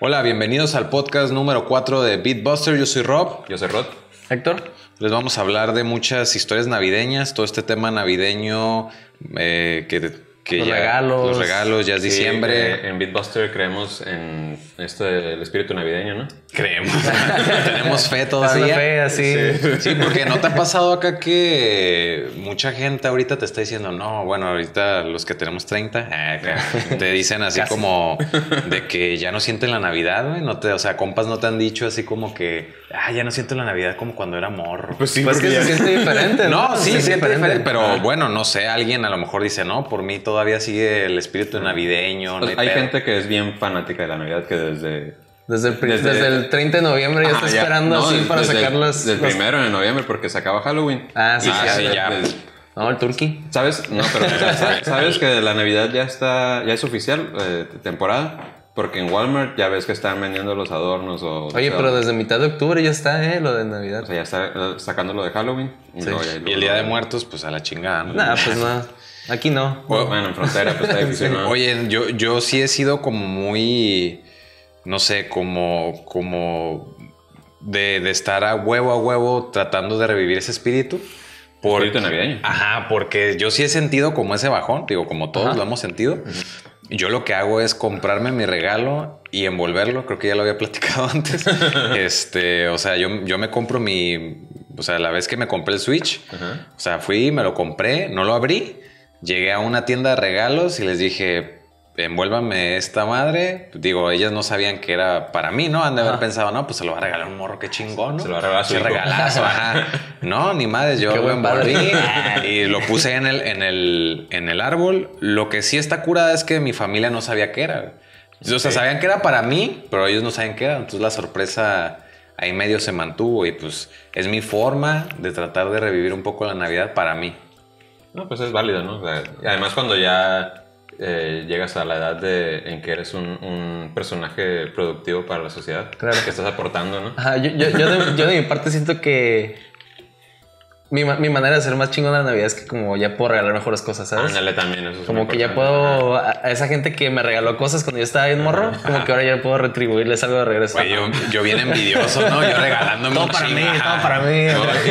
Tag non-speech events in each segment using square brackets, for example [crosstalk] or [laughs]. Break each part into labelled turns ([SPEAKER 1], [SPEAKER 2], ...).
[SPEAKER 1] Hola, bienvenidos al podcast número 4 de Beatbuster. Yo soy Rob.
[SPEAKER 2] Yo soy Rod.
[SPEAKER 3] Héctor.
[SPEAKER 1] Les vamos a hablar de muchas historias navideñas, todo este tema navideño eh, que, que
[SPEAKER 3] Los regalos.
[SPEAKER 1] los regalos, ya es
[SPEAKER 2] Sí,
[SPEAKER 1] diciembre.
[SPEAKER 2] eh, en Beatbuster creemos en esto del espíritu navideño, ¿no?
[SPEAKER 1] Creemos. Tenemos fe
[SPEAKER 3] Dando
[SPEAKER 1] todavía.
[SPEAKER 3] fe, así.
[SPEAKER 1] [laughs] Sí, porque no te ha pasado acá que mucha gente ahorita te está diciendo, no, bueno, ahorita los que tenemos 30, ah, acá, te dicen así
[SPEAKER 3] Casi.
[SPEAKER 1] como de que ya no sienten la Navidad, güey, no te, o sea, compas no te han dicho así como que, ah, ya no siento la Navidad como cuando era morro.
[SPEAKER 2] Pues sí,
[SPEAKER 3] Pues es que
[SPEAKER 2] porque
[SPEAKER 3] se
[SPEAKER 2] ya-
[SPEAKER 3] siente diferente.
[SPEAKER 1] No, sí,
[SPEAKER 3] Se
[SPEAKER 1] sí, diferente, pero bueno, no sé, alguien a lo mejor dice, no, por mí todavía sigue el espíritu navideño. no
[SPEAKER 2] Pues hay
[SPEAKER 1] pedo".
[SPEAKER 2] gente que es bien fanática de la Navidad que desde...
[SPEAKER 3] Desde el, pri-
[SPEAKER 2] Desde-
[SPEAKER 3] desde el 30 de noviembre
[SPEAKER 2] Ah,
[SPEAKER 3] ya está
[SPEAKER 2] ya.
[SPEAKER 3] esperando
[SPEAKER 2] No,
[SPEAKER 3] así
[SPEAKER 2] desde-
[SPEAKER 3] para
[SPEAKER 2] desde
[SPEAKER 3] sacar
[SPEAKER 2] el-
[SPEAKER 3] las.
[SPEAKER 2] Del
[SPEAKER 3] las-
[SPEAKER 2] primero de noviembre porque se acaba Halloween.
[SPEAKER 3] Ah, sí,
[SPEAKER 1] Ah,
[SPEAKER 3] ya.
[SPEAKER 1] sí, ya.
[SPEAKER 2] desde-
[SPEAKER 3] No, el turkey.
[SPEAKER 2] ¿Sabes? No, pero o sea,
[SPEAKER 3] [laughs]
[SPEAKER 2] sa- sabes que la Navidad ya está, ya es oficial, eh, temporada, porque en Walmart ya ves que están vendiendo los adornos o...
[SPEAKER 3] Oye,
[SPEAKER 2] o-
[SPEAKER 3] pero desde mitad de octubre ya está, ¿eh? Lo de Navidad.
[SPEAKER 2] O sea, ya está eh, sacando lo de Halloween. Y,
[SPEAKER 3] Sí.
[SPEAKER 2] luego ya-
[SPEAKER 1] Y el Día de Muertos, pues a la chingada. ¿no?
[SPEAKER 3] Nah, pues no. Aquí no.
[SPEAKER 2] Bueno, en frontera pues
[SPEAKER 3] [laughs]
[SPEAKER 2] está difícil, ¿no?
[SPEAKER 1] Oye, yo, yo sí he sido como muy, no sé, como, como de, de estar a huevo a huevo tratando de revivir ese espíritu. por
[SPEAKER 2] Espíritu navideño.
[SPEAKER 1] Ajá, porque yo sí he sentido como ese bajón, digo, como todos
[SPEAKER 3] Ajá.
[SPEAKER 1] lo hemos sentido. Yo lo que hago es comprarme mi regalo y envolverlo. Creo que ya lo había [laughs] platicado antes. este, o sea, yo, yo me compro mi. O sea, la vez que me compré el Switch,
[SPEAKER 2] Ajá.
[SPEAKER 1] o sea, fui, me lo compré, no lo abrí. Llegué a una tienda de regalos y les dije, envuélvame esta madre. Digo, ellas no sabían que era para mí, ¿no? Han de haber
[SPEAKER 3] Ajá.
[SPEAKER 1] pensado, no, pues se lo va a regalar un morro, qué chingón, ¿no?
[SPEAKER 2] Se lo va a regalar a su
[SPEAKER 1] Qué
[SPEAKER 2] hijo.
[SPEAKER 1] regalazo, ajá. No, ni
[SPEAKER 2] [laughs]
[SPEAKER 1] madres, yo
[SPEAKER 3] Qué
[SPEAKER 1] lo
[SPEAKER 3] buen padre.
[SPEAKER 1] envolví [laughs] y lo puse en el, en, el, en el árbol. Lo que sí está curada es que mi familia no sabía qué era. O sea, sabían que era para mí, pero ellos no sabían qué era. Entonces la sorpresa ahí medio se mantuvo y pues es mi forma de tratar de revivir un poco la Navidad para mí.
[SPEAKER 2] No, pues es válido, ¿no? O sea, y además cuando ya eh, llegas a la edad de, en que eres un, un personaje productivo para la sociedad,
[SPEAKER 3] Claro.
[SPEAKER 2] que estás aportando, ¿no?
[SPEAKER 3] Ajá, yo, yo- yo de, yo de mi parte siento que. Mi, ma- mi manera de ser más chingona de Navidad es que, como ya puedo regalar mejores cosas, ¿sabes?
[SPEAKER 2] Ándale también, eso es
[SPEAKER 3] Como
[SPEAKER 2] muy
[SPEAKER 3] que ya
[SPEAKER 2] importante.
[SPEAKER 3] puedo. A a esa gente que me regaló cosas cuando yo estaba bien morro, como que ahora ya puedo retribuirles algo de regreso.
[SPEAKER 1] Güey, yo, yo bien envidioso, ¿no? Yo regalándome
[SPEAKER 3] Todo
[SPEAKER 1] un
[SPEAKER 3] para
[SPEAKER 1] chingo,
[SPEAKER 3] mí,
[SPEAKER 1] ajá.
[SPEAKER 3] todo para mí.
[SPEAKER 2] No, y,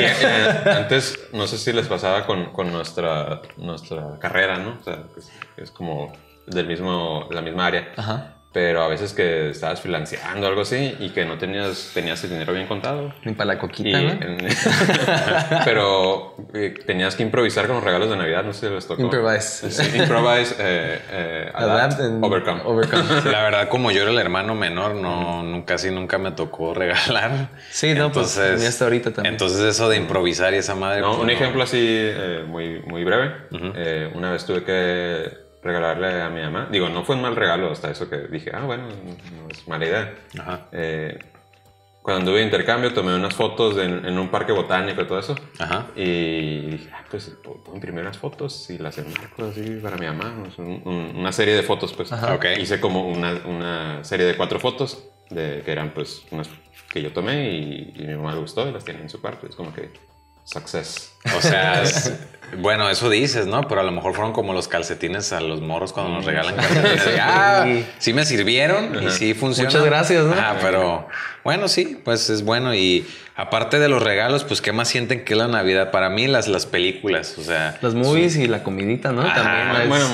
[SPEAKER 2] eh, antes, no sé si les pasaba con, con nuestra, nuestra carrera, ¿no? O sea, que es, que es como del mismo, la misma área.
[SPEAKER 3] Ajá.
[SPEAKER 2] Pero a veces que estabas financiando algo así y que no tenías, tenías el dinero bien contado.
[SPEAKER 3] Ni para la
[SPEAKER 2] Y
[SPEAKER 3] coquita, ¿no?
[SPEAKER 2] en- [laughs] pero eh, tenías que improvisar con los regalos de Navidad, no sé si les tocó.
[SPEAKER 3] Improvise.
[SPEAKER 2] Sí, improvise, eh, eh, adapt,
[SPEAKER 3] Adapt and
[SPEAKER 2] overcome.
[SPEAKER 3] overcome.
[SPEAKER 1] La verdad, como yo era el hermano menor, no, nu- casi nunca me tocó regalar.
[SPEAKER 3] [laughs] Sí, no, pues, ni hasta ahorita también.
[SPEAKER 1] Entonces, eso de improvisar y esa madre.
[SPEAKER 2] No,
[SPEAKER 1] pues,
[SPEAKER 2] un
[SPEAKER 1] no.
[SPEAKER 2] ejemplo así eh, muy, muy breve. Eh, una vez tuve que regalarle a mi mamá. Digo, no fue un mal regalo hasta eso que dije, ah, bueno, no es mala idea.
[SPEAKER 1] Ajá.
[SPEAKER 2] Eh, cuando anduve de intercambio tomé unas fotos de- en un parque botánico y todo eso.
[SPEAKER 1] Ajá.
[SPEAKER 2] Y dije, ah, pues pu- puedo imprimir unas fotos y las enmarco así para mi mamá. o sea, un- un- una serie de fotos, pues.
[SPEAKER 3] Ajá.
[SPEAKER 1] Ok.
[SPEAKER 2] Hice como una, una serie de cuatro fotos de, que eran, pues, unas que yo tomé y, y mi mamá le gustó y las tiene en su cuarto. Es como que, success.
[SPEAKER 1] O sea, es- bueno, eso dices, ¿no? Pero a lo mejor fueron como los calcetines a los morros cuando nos regalan calcetines. De, ah,
[SPEAKER 3] Sí.
[SPEAKER 1] sí me sirvieron y sí funcionó.
[SPEAKER 3] Muchas gracias, ¿no?
[SPEAKER 1] Ah, pero bueno, sí, pues es bueno. Y aparte de los regalos, pues, ¿qué más sienten que es la Navidad? Para mí, las, las películas, o sea.
[SPEAKER 3] Las movies y la comidita, ¿no?
[SPEAKER 1] Ajá,
[SPEAKER 3] también. es-
[SPEAKER 2] bueno,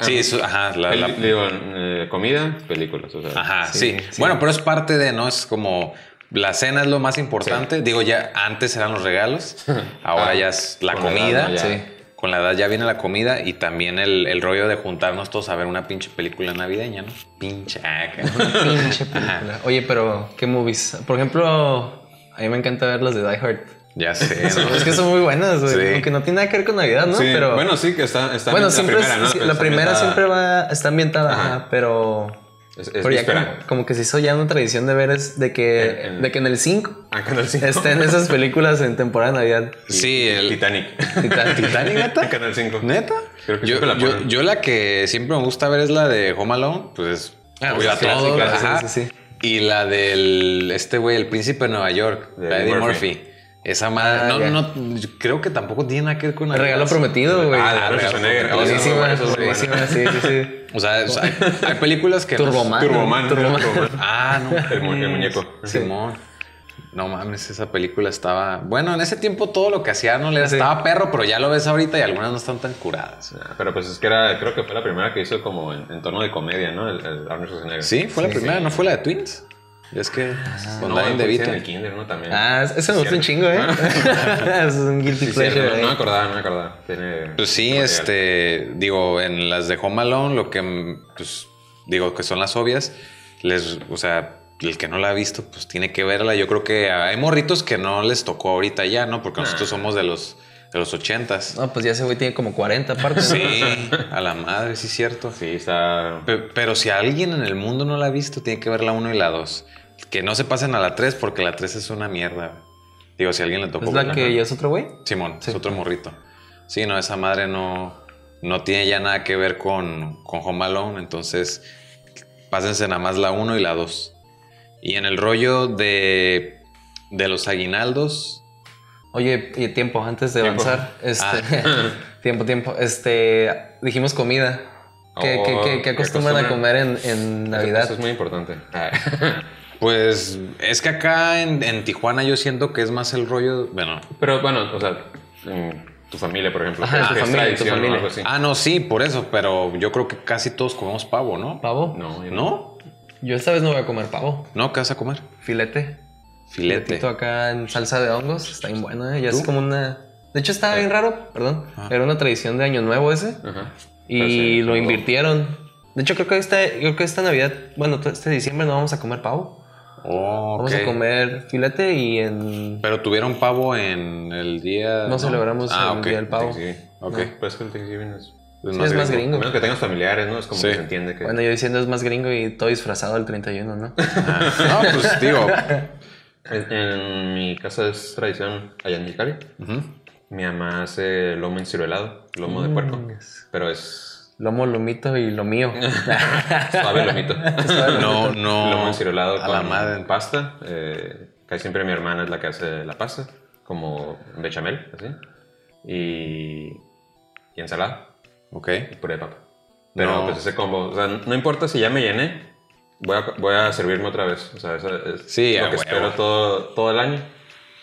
[SPEAKER 1] Sí,
[SPEAKER 2] ah,
[SPEAKER 1] eso, ajá, la- la-
[SPEAKER 2] peli- digo, eh, comida, películas. O sea,
[SPEAKER 1] Ajá, sí.
[SPEAKER 3] Sí, sí.
[SPEAKER 1] Bueno, pero es parte de, ¿no? Es como la cena es lo más importante. Digo, ya antes eran los regalos, ahora
[SPEAKER 2] Ah,
[SPEAKER 1] ya es la
[SPEAKER 2] con la edad,
[SPEAKER 1] comida.
[SPEAKER 2] ¿no? Ya.
[SPEAKER 3] Sí.
[SPEAKER 1] Con la edad ya viene la comida y también el, el rollo de juntarnos todos a ver una pinche película navideña, ¿no? Pinche. ah, acá.
[SPEAKER 3] [laughs] Pinche película. Oye, pero, ¿qué movies? Por ejemplo, a mí me encanta ver las de Die Hard.
[SPEAKER 1] ya sé, ¿no?
[SPEAKER 3] Es que son muy buenas, güey.
[SPEAKER 1] Sí.
[SPEAKER 3] Aunque no tiene nada que ver con Navidad, ¿no?
[SPEAKER 2] Sí,
[SPEAKER 3] pero.
[SPEAKER 2] bueno, sí, que está, está
[SPEAKER 3] bueno,
[SPEAKER 2] la
[SPEAKER 3] siempre es- sí,
[SPEAKER 2] primera,
[SPEAKER 3] la
[SPEAKER 2] ¿no?
[SPEAKER 3] primera,
[SPEAKER 2] Está ambientada-
[SPEAKER 3] siempre va, está ambientada,
[SPEAKER 2] Ajá.
[SPEAKER 3] ajá, pero.
[SPEAKER 2] Es, es
[SPEAKER 3] pero ya
[SPEAKER 2] víspera.
[SPEAKER 3] como, como que se hizo ya una tradición de ver es de que,
[SPEAKER 2] En- en-
[SPEAKER 3] de que en el 5
[SPEAKER 2] Ah, [laughs] Canal cinco.
[SPEAKER 3] estén esas películas en temporada de Navidad.
[SPEAKER 1] Sí, el,
[SPEAKER 2] Titanic.
[SPEAKER 3] Titan-
[SPEAKER 1] ¿Titanic, neta?
[SPEAKER 2] En Canal 5.
[SPEAKER 1] ¿Neta?
[SPEAKER 2] Creo que
[SPEAKER 1] yo,
[SPEAKER 2] siempre la
[SPEAKER 1] yo-
[SPEAKER 2] ponen.
[SPEAKER 1] yo la que siempre me gusta ver es la de Home Alone, pues
[SPEAKER 3] Ah,
[SPEAKER 1] obvio
[SPEAKER 3] sí,
[SPEAKER 1] a
[SPEAKER 3] sí,
[SPEAKER 1] todos,
[SPEAKER 3] claro,
[SPEAKER 1] ajá.
[SPEAKER 3] sí, sí, sí.
[SPEAKER 1] Y la del este güey, el príncipe de Nueva York,
[SPEAKER 2] De
[SPEAKER 1] la de Eddie
[SPEAKER 2] Murphy.
[SPEAKER 1] Murphy. Esa madre.
[SPEAKER 3] Ah,
[SPEAKER 1] no,
[SPEAKER 3] ya.
[SPEAKER 1] no, creo que tampoco tiene nada que ver con
[SPEAKER 3] El regalo prometido, güey.
[SPEAKER 2] Ah,
[SPEAKER 1] regalo
[SPEAKER 2] de Schwarzenegger.
[SPEAKER 1] prometido.
[SPEAKER 2] Oh, sí,
[SPEAKER 3] Buenísima,
[SPEAKER 2] eso es bueno.
[SPEAKER 3] buenísima, sí, sí, sí.
[SPEAKER 1] O sea, es- hay, hay películas
[SPEAKER 3] [laughs]
[SPEAKER 1] que.
[SPEAKER 3] Turboman.
[SPEAKER 2] Turboman.
[SPEAKER 3] Turboman.
[SPEAKER 2] Turboman.
[SPEAKER 1] Ah, no.
[SPEAKER 2] [laughs] El, mu- el muñeco.
[SPEAKER 1] Simón. No mames, esa película estaba. Bueno, en ese tiempo todo lo que hacía no le
[SPEAKER 3] Sí.
[SPEAKER 1] estaba perro, pero ya lo ves ahorita y algunas no están tan curadas.
[SPEAKER 2] Ah, Pero pues es que era, creo que fue la primera que hizo como en, en tono de comedia, ¿no? El, el Arnold Schwarzenegger.
[SPEAKER 1] Sí, fue la primera, no fue la de Twins. Es que con
[SPEAKER 2] Ah, No,
[SPEAKER 1] Danny
[SPEAKER 2] fue
[SPEAKER 1] DeVito.
[SPEAKER 2] en el kinder, ¿no? También. Ah,
[SPEAKER 3] Ah, eso me gusta un chingo, ¿eh? [laughs] es un guilty
[SPEAKER 2] Sí, cierto,
[SPEAKER 3] pleasure.
[SPEAKER 2] no,
[SPEAKER 3] eh.
[SPEAKER 2] no me acordaba, no me acordaba. Tiene-
[SPEAKER 1] Pues sí,
[SPEAKER 2] material.
[SPEAKER 1] este, digo, en las de Home Alone, lo que, mm, pues, digo, que son las obvias, les, o sea, el que no la ha visto, pues tiene que verla. Yo creo que hay morritos que no les tocó ahorita ya, ¿no? Porque nosotros somos de los, de los ochentas.
[SPEAKER 3] No, pues ya ese güey tiene como 40 partes. ¿no?
[SPEAKER 1] Sí, a la madre, sí, cierto.
[SPEAKER 2] Sí, está.
[SPEAKER 1] Pe- Pero si alguien en el mundo no la ha visto, tiene que ver la 1 y la 2. Que no se pasen a la 3, porque la 3 es una mierda. Digo, si a alguien le tocó
[SPEAKER 3] Es la
[SPEAKER 1] verla.
[SPEAKER 3] que ya es otro güey.
[SPEAKER 1] Simón,
[SPEAKER 3] Sí.
[SPEAKER 1] es otro morrito. Sí, no, esa madre no, no tiene ya nada que ver con, con Home Alone, entonces pásense nada más la 1 y la 2. Y en el rollo de, de los aguinaldos,
[SPEAKER 3] Oye, y tiempo, antes de
[SPEAKER 2] Tiempo. Ah.
[SPEAKER 3] avanzar. Este,
[SPEAKER 2] [laughs]
[SPEAKER 3] tiempo, tiempo. Este, dijimos comida. ¿Qué,
[SPEAKER 2] Oh,
[SPEAKER 3] qué- qué- qué
[SPEAKER 2] ¿qué
[SPEAKER 3] acostumbran a
[SPEAKER 2] acostumbran?
[SPEAKER 3] comer en, en Navidad?
[SPEAKER 2] Eso es muy importante. Ah,
[SPEAKER 1] pues es que acá en, en Tijuana yo siento que es más el rollo, bueno,
[SPEAKER 2] Pero bueno, o sea, mm, tu familia, por ejemplo.
[SPEAKER 3] Ajá,
[SPEAKER 2] ¿qué-
[SPEAKER 3] tu
[SPEAKER 2] qué es
[SPEAKER 3] familia, tu
[SPEAKER 2] tradición o
[SPEAKER 3] familia.
[SPEAKER 2] algo así?
[SPEAKER 1] ah, no, sí, por eso, pero yo creo que casi todos comemos pavo, ¿no?
[SPEAKER 3] ¿Pavo?
[SPEAKER 2] No, yo
[SPEAKER 1] ¿No?
[SPEAKER 3] Yo esta vez no voy a comer pavo.
[SPEAKER 1] ¿No? ¿Qué vas a comer?
[SPEAKER 3] Filete.
[SPEAKER 1] Filete.
[SPEAKER 3] Filetito acá en salsa de hongos. Está bien bueno, ¿eh? Ya es
[SPEAKER 1] ¿Tú?
[SPEAKER 3] como una... De hecho, estaba bien raro, perdón.
[SPEAKER 1] Ah.
[SPEAKER 3] Era una tradición de Año Nuevo ese.
[SPEAKER 2] Ajá. Pero
[SPEAKER 3] Y
[SPEAKER 2] sí,
[SPEAKER 3] lo
[SPEAKER 2] no.
[SPEAKER 3] invirtieron. De hecho, creo que, esta, creo que esta Navidad, bueno, t- este diciembre no vamos a comer pavo.
[SPEAKER 1] Oh,
[SPEAKER 3] Vamos a
[SPEAKER 1] ok.
[SPEAKER 3] comer filete y en.
[SPEAKER 1] Pero tuvieron pavo en el día. Ah,
[SPEAKER 3] No, celebramos el
[SPEAKER 1] ok.
[SPEAKER 3] día del pavo.
[SPEAKER 2] Sí,
[SPEAKER 1] Ok.
[SPEAKER 2] Pero es que pues el Thanksgiving es.
[SPEAKER 1] Es
[SPEAKER 3] Sí,
[SPEAKER 1] más
[SPEAKER 3] es
[SPEAKER 1] gringo.
[SPEAKER 2] A
[SPEAKER 3] más gringo.
[SPEAKER 2] menos que tengas familiares, ¿no? Es como
[SPEAKER 1] Sí.
[SPEAKER 2] que se entiende que.
[SPEAKER 3] Bueno, yo diciendo es más gringo y todo disfrazado el 31, [laughs] ¿no?
[SPEAKER 1] Ah, no, pues digo.
[SPEAKER 2] En, en mi casa es tradición allá en Mexicali.
[SPEAKER 1] ujú.
[SPEAKER 2] Mi mamá hace lomo enciruelado, lomo de puerco.
[SPEAKER 3] Mm.
[SPEAKER 2] Pero es
[SPEAKER 3] Lomo, lomito y lo [laughs] mío.
[SPEAKER 2] suave
[SPEAKER 3] [laughs]
[SPEAKER 2] lomito. [laughs]
[SPEAKER 1] No, no.
[SPEAKER 2] Lomo encirolado
[SPEAKER 1] A
[SPEAKER 2] con
[SPEAKER 1] la madre.
[SPEAKER 2] pasta. eh, casi siempre mi hermana es la que hace la pasta, como bechamel, así. Y, y ensalada,
[SPEAKER 1] Ok.
[SPEAKER 2] y puré de papa. Pero
[SPEAKER 1] No.
[SPEAKER 2] pues ese combo, o sea, no importa si ya me llené, voy a, voy a servirme otra vez. O sea, eso es
[SPEAKER 1] Sí,
[SPEAKER 2] lo
[SPEAKER 1] a
[SPEAKER 2] que
[SPEAKER 1] huevo.
[SPEAKER 2] espero todo, todo el año.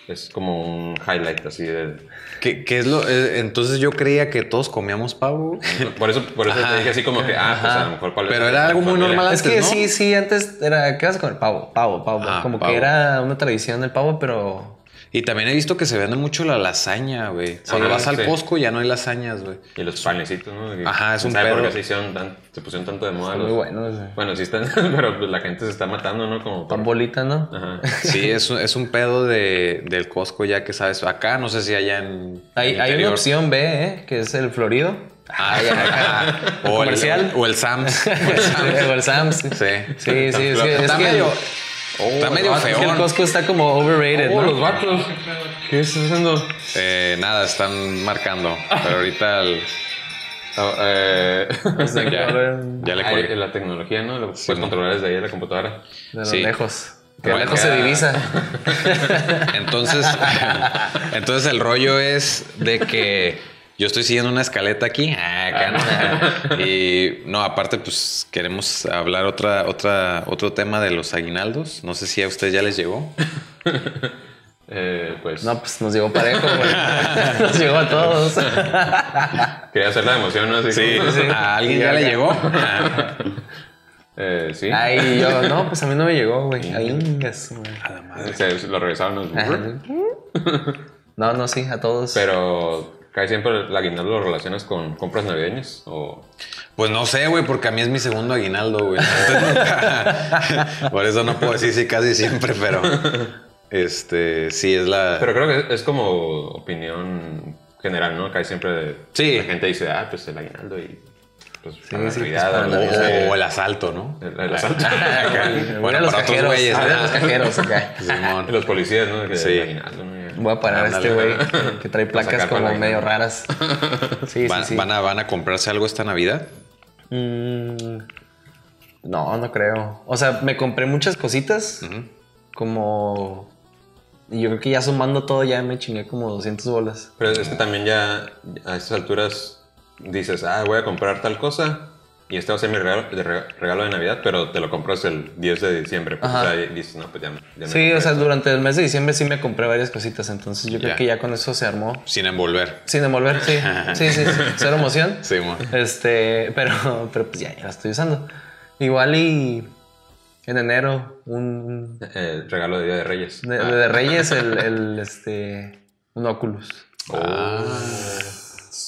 [SPEAKER 2] Es como un highlight así de...
[SPEAKER 1] ¿Qué, qué es lo? eh, entonces yo creía que todos comíamos pavo.
[SPEAKER 2] Por eso, por eso te dije así como que, ah, pues a lo mejor cuál es
[SPEAKER 1] Pero
[SPEAKER 2] la
[SPEAKER 1] era algo muy
[SPEAKER 2] familia.
[SPEAKER 1] normal.
[SPEAKER 3] es que
[SPEAKER 1] antes, ¿no?
[SPEAKER 3] sí, sí, antes era. ¿Qué vas a comer? Pavo, pavo, pavo.
[SPEAKER 1] Ah,
[SPEAKER 3] Como
[SPEAKER 1] pavo.
[SPEAKER 3] que era una tradición del pavo, pero.
[SPEAKER 1] Y también he visto que se vende mucho la lasaña, güey. Cuando
[SPEAKER 2] Ajá,
[SPEAKER 1] vas al
[SPEAKER 2] sí.
[SPEAKER 1] Costco ya no hay lasañas, güey.
[SPEAKER 2] Y los panecitos, ¿no? Y
[SPEAKER 1] Ajá, es
[SPEAKER 2] quién
[SPEAKER 1] un
[SPEAKER 2] sabe por
[SPEAKER 1] pedo.
[SPEAKER 2] qué se, hicieron tan- se pusieron tanto de moda
[SPEAKER 3] Está
[SPEAKER 2] los...
[SPEAKER 3] muy bueno. ese.
[SPEAKER 2] Bueno, sí están, [laughs] pero pues la gente se está matando, ¿no? Como por-
[SPEAKER 3] Pan bolita, ¿no?
[SPEAKER 2] Ajá. [laughs]
[SPEAKER 1] Sí, es, un- es un pedo de, del Costco ya que sabes. Acá, no sé si allá en.
[SPEAKER 3] Hay, hay una
[SPEAKER 1] interior.
[SPEAKER 3] opción B, ¿eh? Que es el Florido.
[SPEAKER 1] Ah, ya,
[SPEAKER 2] [laughs]
[SPEAKER 1] ajá. O
[SPEAKER 3] Comercial.
[SPEAKER 1] El, o [laughs] el Sam's.
[SPEAKER 3] o el Sam's. Sí, sí, sí. Es que, es
[SPEAKER 1] Está
[SPEAKER 3] que-
[SPEAKER 1] medio. está
[SPEAKER 3] Oh,
[SPEAKER 1] medio
[SPEAKER 3] no, es que
[SPEAKER 1] feón.
[SPEAKER 3] el Costco está como overrated,
[SPEAKER 2] Oh,
[SPEAKER 3] ¿no?
[SPEAKER 2] los vatos! ¿Qué estás haciendo?
[SPEAKER 1] Eh, nada, están marcando. Pero ahorita el-
[SPEAKER 2] Ah,
[SPEAKER 1] [laughs]
[SPEAKER 2] eh,
[SPEAKER 1] ya, ya le
[SPEAKER 2] [laughs] Ay,
[SPEAKER 1] colgué.
[SPEAKER 2] la tecnología, ¿no? Lo puedes
[SPEAKER 1] Sí, ¿no?
[SPEAKER 2] controlar desde ahí en la computadora.
[SPEAKER 3] De lo
[SPEAKER 1] Sí.
[SPEAKER 3] lejos. De
[SPEAKER 1] Bueno,
[SPEAKER 3] lejos
[SPEAKER 1] ya.
[SPEAKER 3] se divisa.
[SPEAKER 1] Entonces, [laughs] entonces el rollo es de que yo estoy siguiendo una escaleta aquí. Ah, acá no. Y no, aparte, pues queremos hablar otra, otra, otro tema de los aguinaldos. No sé si a ustedes ya les llegó.
[SPEAKER 2] Eh, pues
[SPEAKER 3] No, pues nos llegó
[SPEAKER 1] [laughs]
[SPEAKER 3] parejo, güey. Nos llegó a todos.
[SPEAKER 2] quería hacer la emoción, ¿no? Así como-
[SPEAKER 3] sí.
[SPEAKER 1] ¿A alguien ya le [laughs] llegó? Ah,
[SPEAKER 2] Eh, sí.
[SPEAKER 3] Ay, yo, no, pues a mí no me llegó,
[SPEAKER 1] Mm.
[SPEAKER 3] güey. Ay, ingas, güey.
[SPEAKER 2] Se- lo regresaron los
[SPEAKER 3] Ajá. No, no, sí, a todos.
[SPEAKER 1] [laughs]
[SPEAKER 2] Pero casi siempre la aguinaldo lo relacionas con compras navideñas o
[SPEAKER 1] Pues no sé, güey, porque a mí es mi segundo aguinaldo, güey. Entonces, nunca- [laughs] Por eso no puedo decir sí casi siempre, pero este sí es la.
[SPEAKER 2] Pero creo que es- es como opinión general, ¿no? Casi siempre
[SPEAKER 1] Sí.
[SPEAKER 2] la gente dice, ah, pues el aguinaldo y pues para la
[SPEAKER 3] sí, pues,
[SPEAKER 2] Navidad,
[SPEAKER 3] para
[SPEAKER 2] o-
[SPEAKER 3] la Navidad.
[SPEAKER 1] o, o el asalto, [laughs] ¿no?
[SPEAKER 2] o el, el
[SPEAKER 3] [laughs]
[SPEAKER 2] asalto.
[SPEAKER 3] Mira
[SPEAKER 1] bueno,
[SPEAKER 3] los
[SPEAKER 1] para otros
[SPEAKER 3] cajeros,
[SPEAKER 1] güeyes,
[SPEAKER 3] mira
[SPEAKER 1] ¿no?
[SPEAKER 3] los cajeros acá.
[SPEAKER 1] Simón.
[SPEAKER 2] Los policías, ¿no? Que
[SPEAKER 1] Sí.
[SPEAKER 2] El aguinaldo, ¿no?
[SPEAKER 3] Voy a parar a este
[SPEAKER 1] Ándale.
[SPEAKER 3] güey que trae
[SPEAKER 2] Voy a
[SPEAKER 3] placas
[SPEAKER 2] sacar
[SPEAKER 3] como
[SPEAKER 2] para la
[SPEAKER 3] medio
[SPEAKER 2] guinada.
[SPEAKER 3] raras. Sí, sí,
[SPEAKER 1] ¿Van,
[SPEAKER 3] sí.
[SPEAKER 1] van a, ¿Van a comprarse algo esta Navidad?
[SPEAKER 3] Mm, no, no creo. O sea, me compré muchas cositas. Como. Y yo creo que ya sumando todo ya me chingué como 200 bolas.
[SPEAKER 2] Pero es que también ya a estas alturas dices, ah, voy a comprar tal cosa y este va a ser mi regalo de, rega- regalo de Navidad, pero te lo compras el 10 de diciembre. Pues,
[SPEAKER 3] Ajá.
[SPEAKER 2] o sea, y dices, no, pues ya, me- ya me
[SPEAKER 3] Sí, o
[SPEAKER 2] compré
[SPEAKER 3] sea,
[SPEAKER 2] esto".
[SPEAKER 3] durante el mes de diciembre sí me compré varias cositas, entonces yo creo
[SPEAKER 1] Ya.
[SPEAKER 3] que ya con eso se armó.
[SPEAKER 1] Sin envolver.
[SPEAKER 3] Sin envolver, sí. Sí, sí, sí. cero emoción.
[SPEAKER 1] Sí, mo.
[SPEAKER 3] Este, pero, pero pues ya, ya la estoy usando. Igual y en enero, un
[SPEAKER 2] Eh, regalo de Día de Reyes.
[SPEAKER 3] de,
[SPEAKER 2] Ah.
[SPEAKER 3] de Reyes, el, el, este, un Oculus.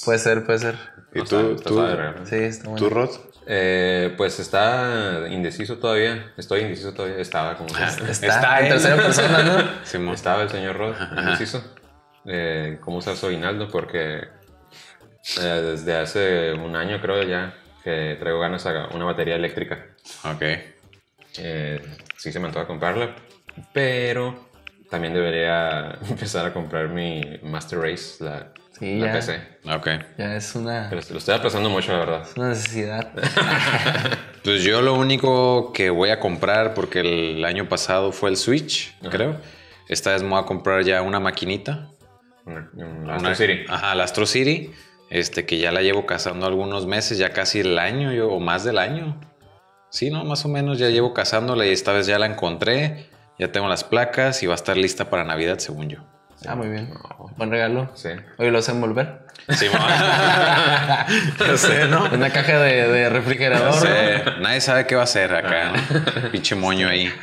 [SPEAKER 3] Puede ser, puede ser.
[SPEAKER 1] ¿Y
[SPEAKER 2] O sea,
[SPEAKER 1] tú,
[SPEAKER 2] está
[SPEAKER 1] tú,
[SPEAKER 2] suave, regalo.
[SPEAKER 3] Sí, está bueno.
[SPEAKER 1] tú, Rod?
[SPEAKER 2] Eh, pues está indeciso todavía. Estoy indeciso todavía. Estaba como que-
[SPEAKER 3] Ah, Está,
[SPEAKER 1] Está,
[SPEAKER 3] en
[SPEAKER 1] ¿eh?
[SPEAKER 3] tercera
[SPEAKER 1] [laughs]
[SPEAKER 3] persona, ¿no?
[SPEAKER 1] Sí, mo.
[SPEAKER 2] estaba el señor Rod indeciso. Eh, ¿Cómo usar su aguinaldo? Porque eh, desde hace un año creo ya que traigo ganas a una batería eléctrica.
[SPEAKER 1] Ok.
[SPEAKER 2] Eh, sí se me antoja comprarla, pero también debería [laughs] empezar a comprar mi Master Race, la,
[SPEAKER 3] Sí,
[SPEAKER 2] la
[SPEAKER 3] ya.
[SPEAKER 2] PC.
[SPEAKER 1] Ok.
[SPEAKER 3] Ya es una,
[SPEAKER 2] Pero lo estoy aplazando mucho, la verdad.
[SPEAKER 3] es una necesidad.
[SPEAKER 1] Pues yo lo único que voy a comprar, porque el año pasado fue el Switch, creo. Esta vez me voy a comprar ya una maquinita.
[SPEAKER 2] Una,
[SPEAKER 1] Una- Ah.
[SPEAKER 2] una Astro City.
[SPEAKER 1] Ajá, la Astro City. Este, que ya la llevo cazando algunos meses, ya casi el año, yo, o más del año. Sí, no, más o menos ya llevo cazándola y esta vez ya la encontré. Ya tengo las placas y va a estar lista para Navidad, según yo.
[SPEAKER 3] Ah, muy bien. Buen regalo.
[SPEAKER 2] Sí.
[SPEAKER 3] Hoy lo sé envolver.
[SPEAKER 1] Sí, ma. [laughs] Ya sé, ¿no?
[SPEAKER 3] En una caja de, de
[SPEAKER 1] Ya
[SPEAKER 3] refrigerador.
[SPEAKER 1] sé, Nadie sabe qué va a hacer acá, ¿no? Pinche moño ahí.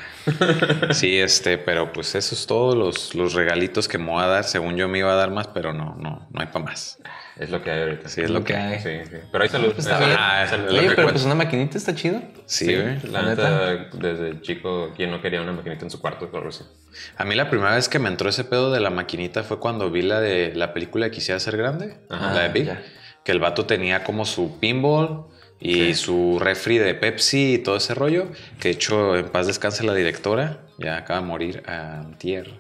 [SPEAKER 1] Sí, este, pero pues eso es todo, los, los regalitos que me voy a dar. Según yo me iba a dar más, pero no, no, no hay para más.
[SPEAKER 2] Es lo que hay ahorita.
[SPEAKER 1] Sí, es lo que hay.
[SPEAKER 3] hay.
[SPEAKER 2] Sí, sí. Pero hay salud.
[SPEAKER 3] pues Está
[SPEAKER 2] hay
[SPEAKER 3] bien.
[SPEAKER 2] salud, hay
[SPEAKER 1] Ah,
[SPEAKER 2] salud.
[SPEAKER 1] lo
[SPEAKER 3] Oye,
[SPEAKER 1] que
[SPEAKER 3] pero
[SPEAKER 1] cuenta.
[SPEAKER 3] pues una maquinita está chido.
[SPEAKER 1] Sí, güey.
[SPEAKER 2] La neta, desde chico, quien no quería una maquinita en su cuarto, claro, sí.
[SPEAKER 1] A mí la primera vez que me entró ese pedo de la maquinita fue cuando vi la de la película Quisiera ser grande,
[SPEAKER 2] Ajá,
[SPEAKER 1] la de Big,
[SPEAKER 3] Ah, ya.
[SPEAKER 1] que el vato tenía como su pinball y su refri de Pepsi y todo ese rollo, que de hecho en paz descanse la directora, ya acaba de morir antier.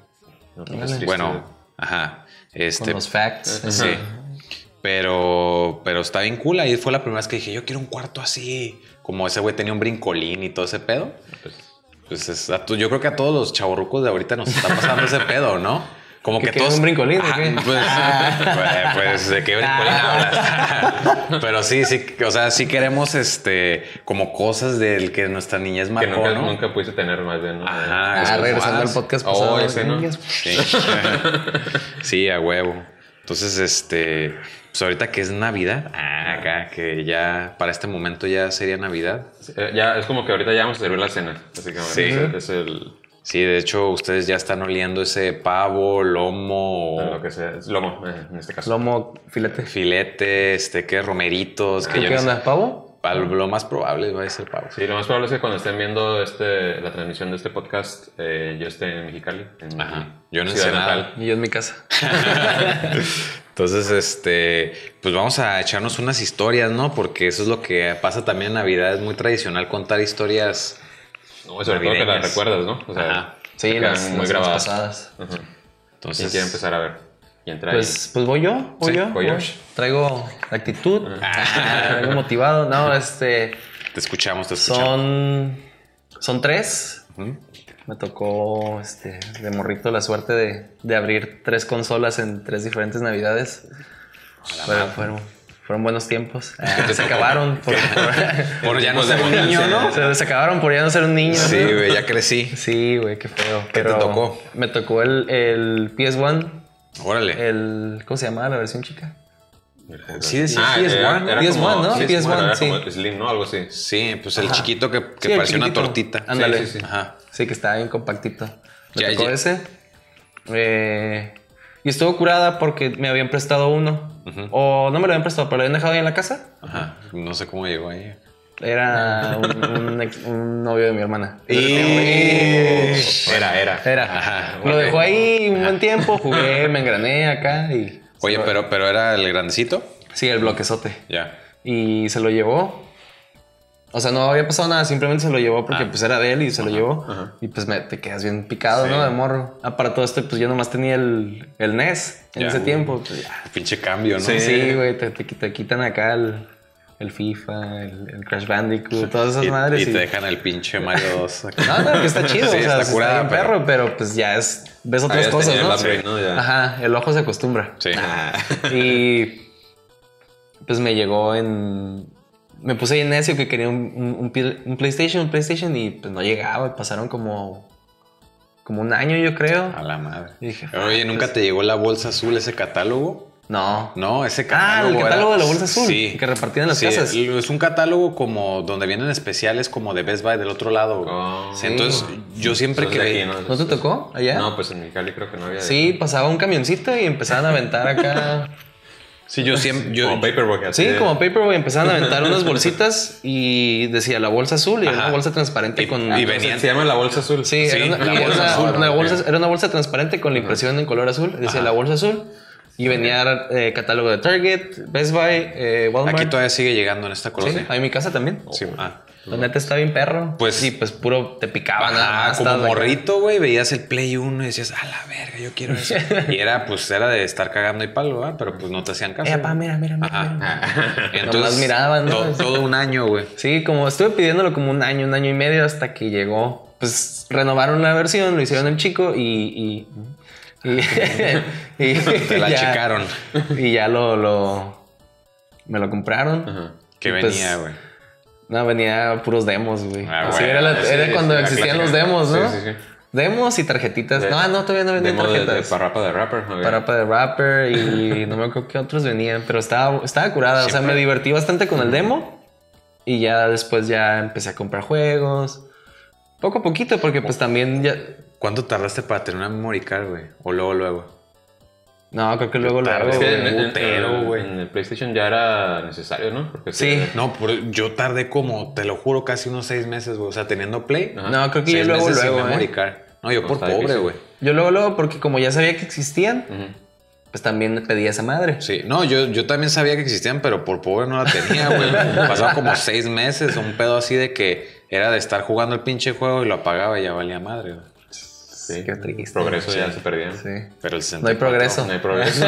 [SPEAKER 2] No,
[SPEAKER 3] Órale.
[SPEAKER 2] es triste.
[SPEAKER 1] Bueno, ajá.
[SPEAKER 3] Con
[SPEAKER 1] Este,
[SPEAKER 3] los facts.
[SPEAKER 1] sí. Pero, pero está bien cool. Ahí fue la primera vez que dije, yo quiero un cuarto así. Como ese güey tenía un brincolín y todo ese pedo.
[SPEAKER 2] Pues,
[SPEAKER 1] Pues es- a tu- yo creo que a todos los chavorrucos de ahorita nos está pasando ese pedo, ¿no? Como
[SPEAKER 3] ¿Que
[SPEAKER 1] que
[SPEAKER 3] quieres
[SPEAKER 1] todos.
[SPEAKER 3] un brincolín o
[SPEAKER 1] Ah,
[SPEAKER 3] qué?
[SPEAKER 1] Pues, pues, [laughs] pues, de qué brincolín
[SPEAKER 3] Ah.
[SPEAKER 1] hablas. [laughs] Pero sí, sí, o sea, sí queremos este, como cosas del que nuestra niñez
[SPEAKER 2] que
[SPEAKER 1] marcó,
[SPEAKER 2] nunca,
[SPEAKER 1] ¿no?
[SPEAKER 2] nunca pudiste tener más de uno.
[SPEAKER 1] Ajá,
[SPEAKER 3] Ah,
[SPEAKER 1] es como,
[SPEAKER 3] regresando
[SPEAKER 1] ah,
[SPEAKER 3] al podcast
[SPEAKER 2] oh,
[SPEAKER 3] pasado.
[SPEAKER 2] ese no.
[SPEAKER 3] Chingas.
[SPEAKER 1] Sí. [laughs] Sí, a huevo. Entonces, este, pues ahorita que es Navidad, ah, acá que ya para este momento ya sería Navidad.
[SPEAKER 2] Eh, Ya, es como que ahorita ya vamos a servir la cena. Así que
[SPEAKER 1] Sí.
[SPEAKER 2] es, es el.
[SPEAKER 1] Sí, de hecho, ustedes ya están oliendo ese pavo, lomo,
[SPEAKER 3] Ah,
[SPEAKER 2] Lo que sea. Es lomo, eh, en este caso.
[SPEAKER 3] Lomo, filete.
[SPEAKER 1] filete, este, que romeritos, que
[SPEAKER 3] ¿Tú
[SPEAKER 1] yo
[SPEAKER 3] ¿Qué
[SPEAKER 1] no sé.
[SPEAKER 3] onda? ¿Pavo?
[SPEAKER 1] Pa- Lo más probable va a ser pavo.
[SPEAKER 2] Sí, lo más probable es que cuando estén viendo este, la transmisión de este podcast, eh, yo esté en Mexicali. en
[SPEAKER 1] Ajá.
[SPEAKER 2] mi
[SPEAKER 1] Yo no
[SPEAKER 2] ciudad
[SPEAKER 1] sé nada.
[SPEAKER 2] natal.
[SPEAKER 3] Y yo en mi casa.
[SPEAKER 1] Entonces, este, pues vamos a echarnos unas historias, ¿no? Porque eso es lo que pasa también en Navidad, es muy tradicional contar historias.
[SPEAKER 2] No, sobre todo que las
[SPEAKER 1] Navideñas.
[SPEAKER 2] recuerdas, ¿no? O sea,
[SPEAKER 1] Ajá.
[SPEAKER 2] te
[SPEAKER 3] Sí,
[SPEAKER 2] quedan
[SPEAKER 3] las,
[SPEAKER 2] muy
[SPEAKER 3] las
[SPEAKER 2] grabadas.
[SPEAKER 3] pasadas.
[SPEAKER 2] Ajá. ¿Quién
[SPEAKER 1] Entonces, [laughs]
[SPEAKER 2] quiere empezar a ver? Y entra ahí.
[SPEAKER 3] Pues, pues voy yo, voy
[SPEAKER 2] Sí,
[SPEAKER 3] yo.
[SPEAKER 2] voy yo.
[SPEAKER 3] Traigo la actitud,
[SPEAKER 1] Ah,
[SPEAKER 3] traigo motivado. No, este,
[SPEAKER 1] te escuchamos, te escuchamos.
[SPEAKER 3] son, son tres.
[SPEAKER 1] Pues, Ujú.
[SPEAKER 3] Me tocó, este, de morrito la suerte de, de abrir tres consolas en tres diferentes navidades. Fueron, fueron, fueron buenos
[SPEAKER 1] [laughs]
[SPEAKER 3] tiempos. se acabaron por, por-
[SPEAKER 1] Por ya no
[SPEAKER 2] Tiempos
[SPEAKER 1] ser
[SPEAKER 2] de
[SPEAKER 1] un niño, ¿no?
[SPEAKER 3] se, se acabaron por ya no ser un niño.
[SPEAKER 1] Sí, [laughs]
[SPEAKER 3] ¿no?
[SPEAKER 1] güey, ya crecí.
[SPEAKER 3] Sí, güey, qué feo.
[SPEAKER 1] ¿Qué te
[SPEAKER 3] pero
[SPEAKER 1] tocó?
[SPEAKER 3] Me tocó el, el PS1, Eh,
[SPEAKER 1] Órale.
[SPEAKER 3] el. ¿Cómo se llamaba la versión chica?
[SPEAKER 1] Sí, decía
[SPEAKER 2] Ah,
[SPEAKER 1] PS1,
[SPEAKER 2] era-
[SPEAKER 1] ¿no?
[SPEAKER 2] era
[SPEAKER 3] PS1,
[SPEAKER 2] como-
[SPEAKER 3] ¿no?
[SPEAKER 2] sí,
[SPEAKER 3] PS1,
[SPEAKER 2] bueno, era
[SPEAKER 3] sí.
[SPEAKER 2] como Slim, ¿no? Algo así.
[SPEAKER 1] Sí, pues el chiquito que, que
[SPEAKER 3] Sí, el
[SPEAKER 1] parecía una
[SPEAKER 3] chiquitito.
[SPEAKER 1] tortita.
[SPEAKER 3] Ándale.
[SPEAKER 1] Sí, sí, sí. Ajá.
[SPEAKER 3] Sí, que estaba bien compactito. Me
[SPEAKER 1] Ya,
[SPEAKER 3] tocó
[SPEAKER 1] ya.
[SPEAKER 3] ese. Eh, y estuvo curada porque me habían prestado uno. O no me lo habían prestado, pero lo habían dejado ahí en la casa.
[SPEAKER 1] Ajá. No sé cómo llegó ahí.
[SPEAKER 3] Era
[SPEAKER 1] [laughs]
[SPEAKER 3] un, un ex- un novio de mi hermana.
[SPEAKER 2] Era, era.
[SPEAKER 3] Era.
[SPEAKER 1] Ajá,
[SPEAKER 3] lo
[SPEAKER 1] ok.
[SPEAKER 3] dejó ahí un buen tiempo, jugué, me engrané acá y.
[SPEAKER 1] Oye, pero, pero era el grandecito.
[SPEAKER 3] Sí, el bloquezote.
[SPEAKER 1] Ya.
[SPEAKER 3] y se lo llevó. O sea, no había pasado nada, simplemente se lo llevó porque
[SPEAKER 1] Ah.
[SPEAKER 3] pues era de él y se lo llevó. Y pues me, te quedas bien picado,
[SPEAKER 2] Sí.
[SPEAKER 3] ¿no? De morro. Ah, para todo esto, pues yo nomás tenía el, el NES en
[SPEAKER 1] Ya.
[SPEAKER 3] ese tiempo. pues, ya.
[SPEAKER 1] Pinche cambio, ¿no?
[SPEAKER 3] Sí, güey, te, te- te quitan acá el, el FIFA, el, el Crash Bandicoot, todas esas
[SPEAKER 1] y,
[SPEAKER 3] madres.
[SPEAKER 1] y te dejan el pinche Mario 2. acá.
[SPEAKER 3] [laughs] No, no, que está chido,
[SPEAKER 1] [laughs] Sí,
[SPEAKER 3] o sea,
[SPEAKER 1] está
[SPEAKER 3] sí
[SPEAKER 1] curada,
[SPEAKER 3] bien perro, pero pues ya es, ves otras
[SPEAKER 2] Habías
[SPEAKER 3] cosas,
[SPEAKER 2] tenido
[SPEAKER 3] ¿no?
[SPEAKER 2] el upgrade, ¿no? Ya. Ah.
[SPEAKER 3] Ajá, el ojo se acostumbra.
[SPEAKER 1] Sí.
[SPEAKER 3] Y pues me llegó en. Me puse bien necio que quería un, un- un Pil- un PlayStation, un PlayStation y pues no llegaba. Pasaron como. como un año, yo creo.
[SPEAKER 1] A la madre.
[SPEAKER 3] Y dije,
[SPEAKER 1] Oye, ¿nunca te llegó la bolsa azul ese catálogo?
[SPEAKER 3] No.
[SPEAKER 1] No, ese
[SPEAKER 3] Ah,
[SPEAKER 1] catálogo.
[SPEAKER 3] el catálogo
[SPEAKER 1] era-
[SPEAKER 3] de la bolsa azul.
[SPEAKER 1] Sí.
[SPEAKER 3] Que repartían en las
[SPEAKER 1] Sí,
[SPEAKER 3] casas.
[SPEAKER 1] Es un catálogo como donde vienen especiales como de Best Buy del otro lado. güey.
[SPEAKER 2] Oh.
[SPEAKER 1] Sí, Entonces,
[SPEAKER 3] Mm.
[SPEAKER 1] yo siempre
[SPEAKER 2] Son de
[SPEAKER 1] que
[SPEAKER 2] aquí,
[SPEAKER 1] veía.
[SPEAKER 3] ¿No te tocó allá?
[SPEAKER 2] No, pues en Mexicali creo que no había. de
[SPEAKER 3] Sí, pasaba un camioncito y empezaban a
[SPEAKER 1] [laughs]
[SPEAKER 3] aventar acá.
[SPEAKER 1] Sí, yo siempre.
[SPEAKER 2] eso.
[SPEAKER 1] yo-
[SPEAKER 2] Como Paperboy. así
[SPEAKER 3] Sí,
[SPEAKER 2] de-
[SPEAKER 3] como Paperboy empezaban a aventar unas bolsitas y decía la bolsa azul y era
[SPEAKER 1] Ajá.
[SPEAKER 3] una bolsa transparente
[SPEAKER 1] Y-
[SPEAKER 3] con.
[SPEAKER 1] y
[SPEAKER 2] Se-
[SPEAKER 1] venían-
[SPEAKER 2] Se llama la bolsa azul.
[SPEAKER 3] Sí,
[SPEAKER 1] Sí,
[SPEAKER 3] era, una,
[SPEAKER 1] la
[SPEAKER 3] y era
[SPEAKER 1] bolsa
[SPEAKER 3] una-
[SPEAKER 1] azul,
[SPEAKER 3] una
[SPEAKER 1] ok.
[SPEAKER 3] bolsa, era una bolsa transparente con la impresión en color azul. Decía
[SPEAKER 1] Ajá.
[SPEAKER 3] la bolsa azul. Y venía eh, catálogo de Target, Best Buy, eh, Walmart.
[SPEAKER 1] Aquí todavía sigue llegando en esta
[SPEAKER 3] Sí,
[SPEAKER 1] colonia.
[SPEAKER 3] ahí en mi casa también.
[SPEAKER 1] Sí, ah.
[SPEAKER 3] La neta está bien perro.
[SPEAKER 1] Pues-
[SPEAKER 3] sí, pues puro te picaba nada
[SPEAKER 1] Ah,
[SPEAKER 3] más,
[SPEAKER 1] como
[SPEAKER 3] estaba-
[SPEAKER 1] morrito, güey, veías el Play 1 y decías, a la verga, yo quiero eso. y era, pues, era de estar cagando y palo, ¿verdad? Pero pues no te hacían caso.
[SPEAKER 3] Eh, pa,
[SPEAKER 1] güey.
[SPEAKER 3] mira, mira, mira.
[SPEAKER 1] Ajá.
[SPEAKER 3] mira.
[SPEAKER 1] Entonces,
[SPEAKER 3] Nomás miraban, ¿no?
[SPEAKER 1] to- todo un año, güey.
[SPEAKER 3] Sí, como estuve pidiéndolo como un año, un año y medio hasta que llegó. Pues renovaron la versión, lo hicieron el chico y. y, y- [laughs] y-
[SPEAKER 1] Ah, Te la
[SPEAKER 3] ya-
[SPEAKER 1] checaron.
[SPEAKER 3] Y ya lo. lo me lo compraron.
[SPEAKER 2] Ajá.
[SPEAKER 1] Que
[SPEAKER 3] Y, pues,
[SPEAKER 1] venía, güey.
[SPEAKER 3] No, venía puros demos, güey.
[SPEAKER 1] Ah,
[SPEAKER 3] Así
[SPEAKER 1] bueno,
[SPEAKER 3] era, la-
[SPEAKER 1] sí,
[SPEAKER 3] era
[SPEAKER 2] sí,
[SPEAKER 3] cuando
[SPEAKER 2] la
[SPEAKER 3] existían los
[SPEAKER 2] clásica.
[SPEAKER 3] demos, ¿no?
[SPEAKER 2] Sí, sí, sí.
[SPEAKER 3] Demos y tarjetitas.
[SPEAKER 2] De-
[SPEAKER 3] no, ah, no, todavía no venían
[SPEAKER 2] Demo de, de
[SPEAKER 3] tarjetas.
[SPEAKER 2] parrapa de rapper. a ver.
[SPEAKER 3] Parapa de rapper y no me acuerdo qué otros venían, pero estaba, estaba curada. O sea,
[SPEAKER 1] Siempre-
[SPEAKER 3] me divertí bastante con el demo y ya después ya empecé a comprar juegos. Poco a poquito, porque pues también ya.
[SPEAKER 1] ¿Cuánto tardaste para tener una memory card, güey? O luego, luego.
[SPEAKER 3] No, creo que luego lo hago.
[SPEAKER 1] tarde,
[SPEAKER 2] Es que en,
[SPEAKER 3] güey.
[SPEAKER 2] en-
[SPEAKER 1] Putero,
[SPEAKER 2] en-
[SPEAKER 1] güey.
[SPEAKER 2] en el PlayStation ya era necesario, ¿no? Porque
[SPEAKER 3] Sí.
[SPEAKER 1] No, por- yo tardé como, te lo juro, casi unos seis meses, güey. O sea, teniendo Play.
[SPEAKER 2] Ajá.
[SPEAKER 3] No, creo que yo
[SPEAKER 1] seis
[SPEAKER 3] luego,
[SPEAKER 1] meses sin
[SPEAKER 3] luego.
[SPEAKER 1] memory
[SPEAKER 3] eh.
[SPEAKER 1] card. No, yo
[SPEAKER 2] No,
[SPEAKER 1] por
[SPEAKER 2] está
[SPEAKER 1] pobre,
[SPEAKER 2] difícil.
[SPEAKER 1] güey.
[SPEAKER 3] Yo luego, luego, porque como ya sabía que existían,
[SPEAKER 2] Ujú.
[SPEAKER 3] pues también pedí esa madre.
[SPEAKER 1] Sí, no, yo, yo también sabía que existían, pero por pobre no la tenía,
[SPEAKER 3] [laughs]
[SPEAKER 1] güey. Pasaba como seis meses, un pedo así de que era de estar jugando el pinche juego y lo apagaba y ya valía madre. güey.
[SPEAKER 2] Sí.
[SPEAKER 3] Qué triste.
[SPEAKER 2] Progreso ya se perdió.
[SPEAKER 3] Sí.
[SPEAKER 1] Pero el 64
[SPEAKER 3] No hay progreso.
[SPEAKER 2] No hay
[SPEAKER 3] [laughs]
[SPEAKER 2] progreso.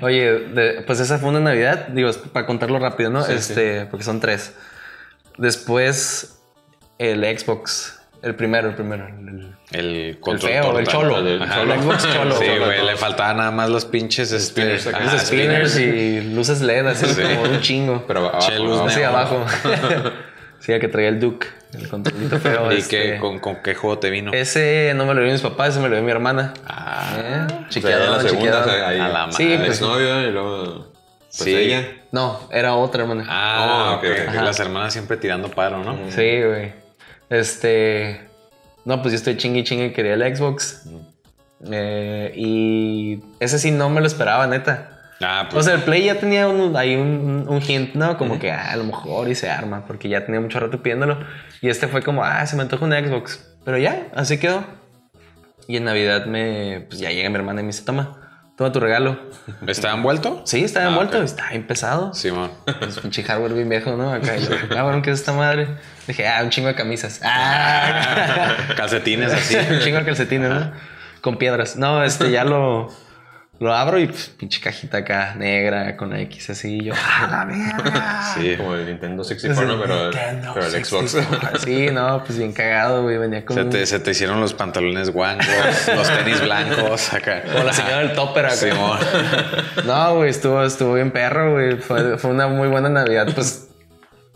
[SPEAKER 3] Oye, de- pues esa fue una Navidad, digo, es para contarlo rápido, ¿no?
[SPEAKER 2] Sí,
[SPEAKER 3] este, porque son tres. Después, el Xbox, el primero, el primero. el-
[SPEAKER 1] El
[SPEAKER 3] El,
[SPEAKER 1] control
[SPEAKER 3] feo, el
[SPEAKER 1] torta.
[SPEAKER 3] cholo.
[SPEAKER 2] El- el
[SPEAKER 3] Ajá.
[SPEAKER 2] cholo.
[SPEAKER 3] El Xbox cholo.
[SPEAKER 1] Sí,
[SPEAKER 2] Cholo,
[SPEAKER 1] güey,
[SPEAKER 2] cholo.
[SPEAKER 1] le faltaban nada más los pinches este,
[SPEAKER 2] Spinners acá.
[SPEAKER 1] ajá,
[SPEAKER 3] Luces spinners y luces LED, así
[SPEAKER 1] Sí.
[SPEAKER 3] como un chingo.
[SPEAKER 2] Pero abajo,
[SPEAKER 1] Che, luz neón.
[SPEAKER 2] abajo.
[SPEAKER 3] Así abajo. [laughs] sí, el que traía el Duke, el controlito
[SPEAKER 2] [laughs]
[SPEAKER 3] feo.
[SPEAKER 1] ¿Y
[SPEAKER 3] este.
[SPEAKER 1] qué, con, con qué juego te vino?
[SPEAKER 3] Ese no me lo dio mis papás, ese me lo dio mi hermana.
[SPEAKER 1] Ah,
[SPEAKER 3] Eh,
[SPEAKER 2] O sea, ya
[SPEAKER 3] Chiqueadón,
[SPEAKER 2] la segunda, o
[SPEAKER 3] chiqueadón.
[SPEAKER 2] sea, ahí.
[SPEAKER 1] A la
[SPEAKER 3] Sí,
[SPEAKER 2] El
[SPEAKER 1] madre.
[SPEAKER 3] pues-
[SPEAKER 2] exnovio y luego. Pues
[SPEAKER 1] Sí.
[SPEAKER 2] ella.
[SPEAKER 3] No, era otra hermana.
[SPEAKER 1] Ah,
[SPEAKER 2] Oh,
[SPEAKER 1] ok,
[SPEAKER 2] ok,
[SPEAKER 1] ok.
[SPEAKER 2] ajá.
[SPEAKER 1] Las hermanas siempre tirando paro, ¿no?
[SPEAKER 3] Sí, güey. Este. No, pues yo estoy chingue y chingue, quería el Xbox. Eh, y ese sí no me lo esperaba, neta.
[SPEAKER 1] Ah,
[SPEAKER 3] O
[SPEAKER 1] pues.
[SPEAKER 3] sea, el Play ya tenía un, ahí un, un hint, ¿no? Como que ah, a lo mejor y se arma, porque ya tenía mucho rato pidiéndolo. Y este fue como, ah, se me antoja un Xbox. Pero ya, así quedó. Y en Navidad me, pues ya llega mi hermana y me dice, toma, toma tu regalo. [laughs]
[SPEAKER 1] ¿Está envuelto?
[SPEAKER 3] Sí, estaba
[SPEAKER 1] Ah,
[SPEAKER 3] envuelto,
[SPEAKER 1] ok.
[SPEAKER 3] estaba bien pesado. [laughs]
[SPEAKER 1] Simón.
[SPEAKER 3] Pues pinche hardware bien viejo, ¿no? Acá. y yo, ah, bueno, ¿qué es esta madre? Dije, ah, un chingo de camisas.
[SPEAKER 1] [laughs]
[SPEAKER 3] Ah,
[SPEAKER 1] Calcetines así.
[SPEAKER 3] [laughs] un chingo de calcetines, ¿no? Con piedras. No, este, ya lo, lo abro y pf, pinche cajita acá, negra, con la X así. y yo, ah, la verga.
[SPEAKER 1] Sí.
[SPEAKER 2] Como el Nintendo 64, ¿no? pero,
[SPEAKER 3] Nintendo
[SPEAKER 2] pero el Xbox.
[SPEAKER 3] 64. Sí, no, pues bien cagado, güey. Venía con.
[SPEAKER 1] Se
[SPEAKER 3] un-
[SPEAKER 1] te, se te hicieron los pantalones guangos,
[SPEAKER 3] [laughs]
[SPEAKER 1] los tenis blancos acá.
[SPEAKER 3] Como la señora del topper acá. [laughs]
[SPEAKER 1] Simón.
[SPEAKER 3] No, güey, estuvo, estuvo bien perro, güey. Fue, fue una muy buena Navidad, pues.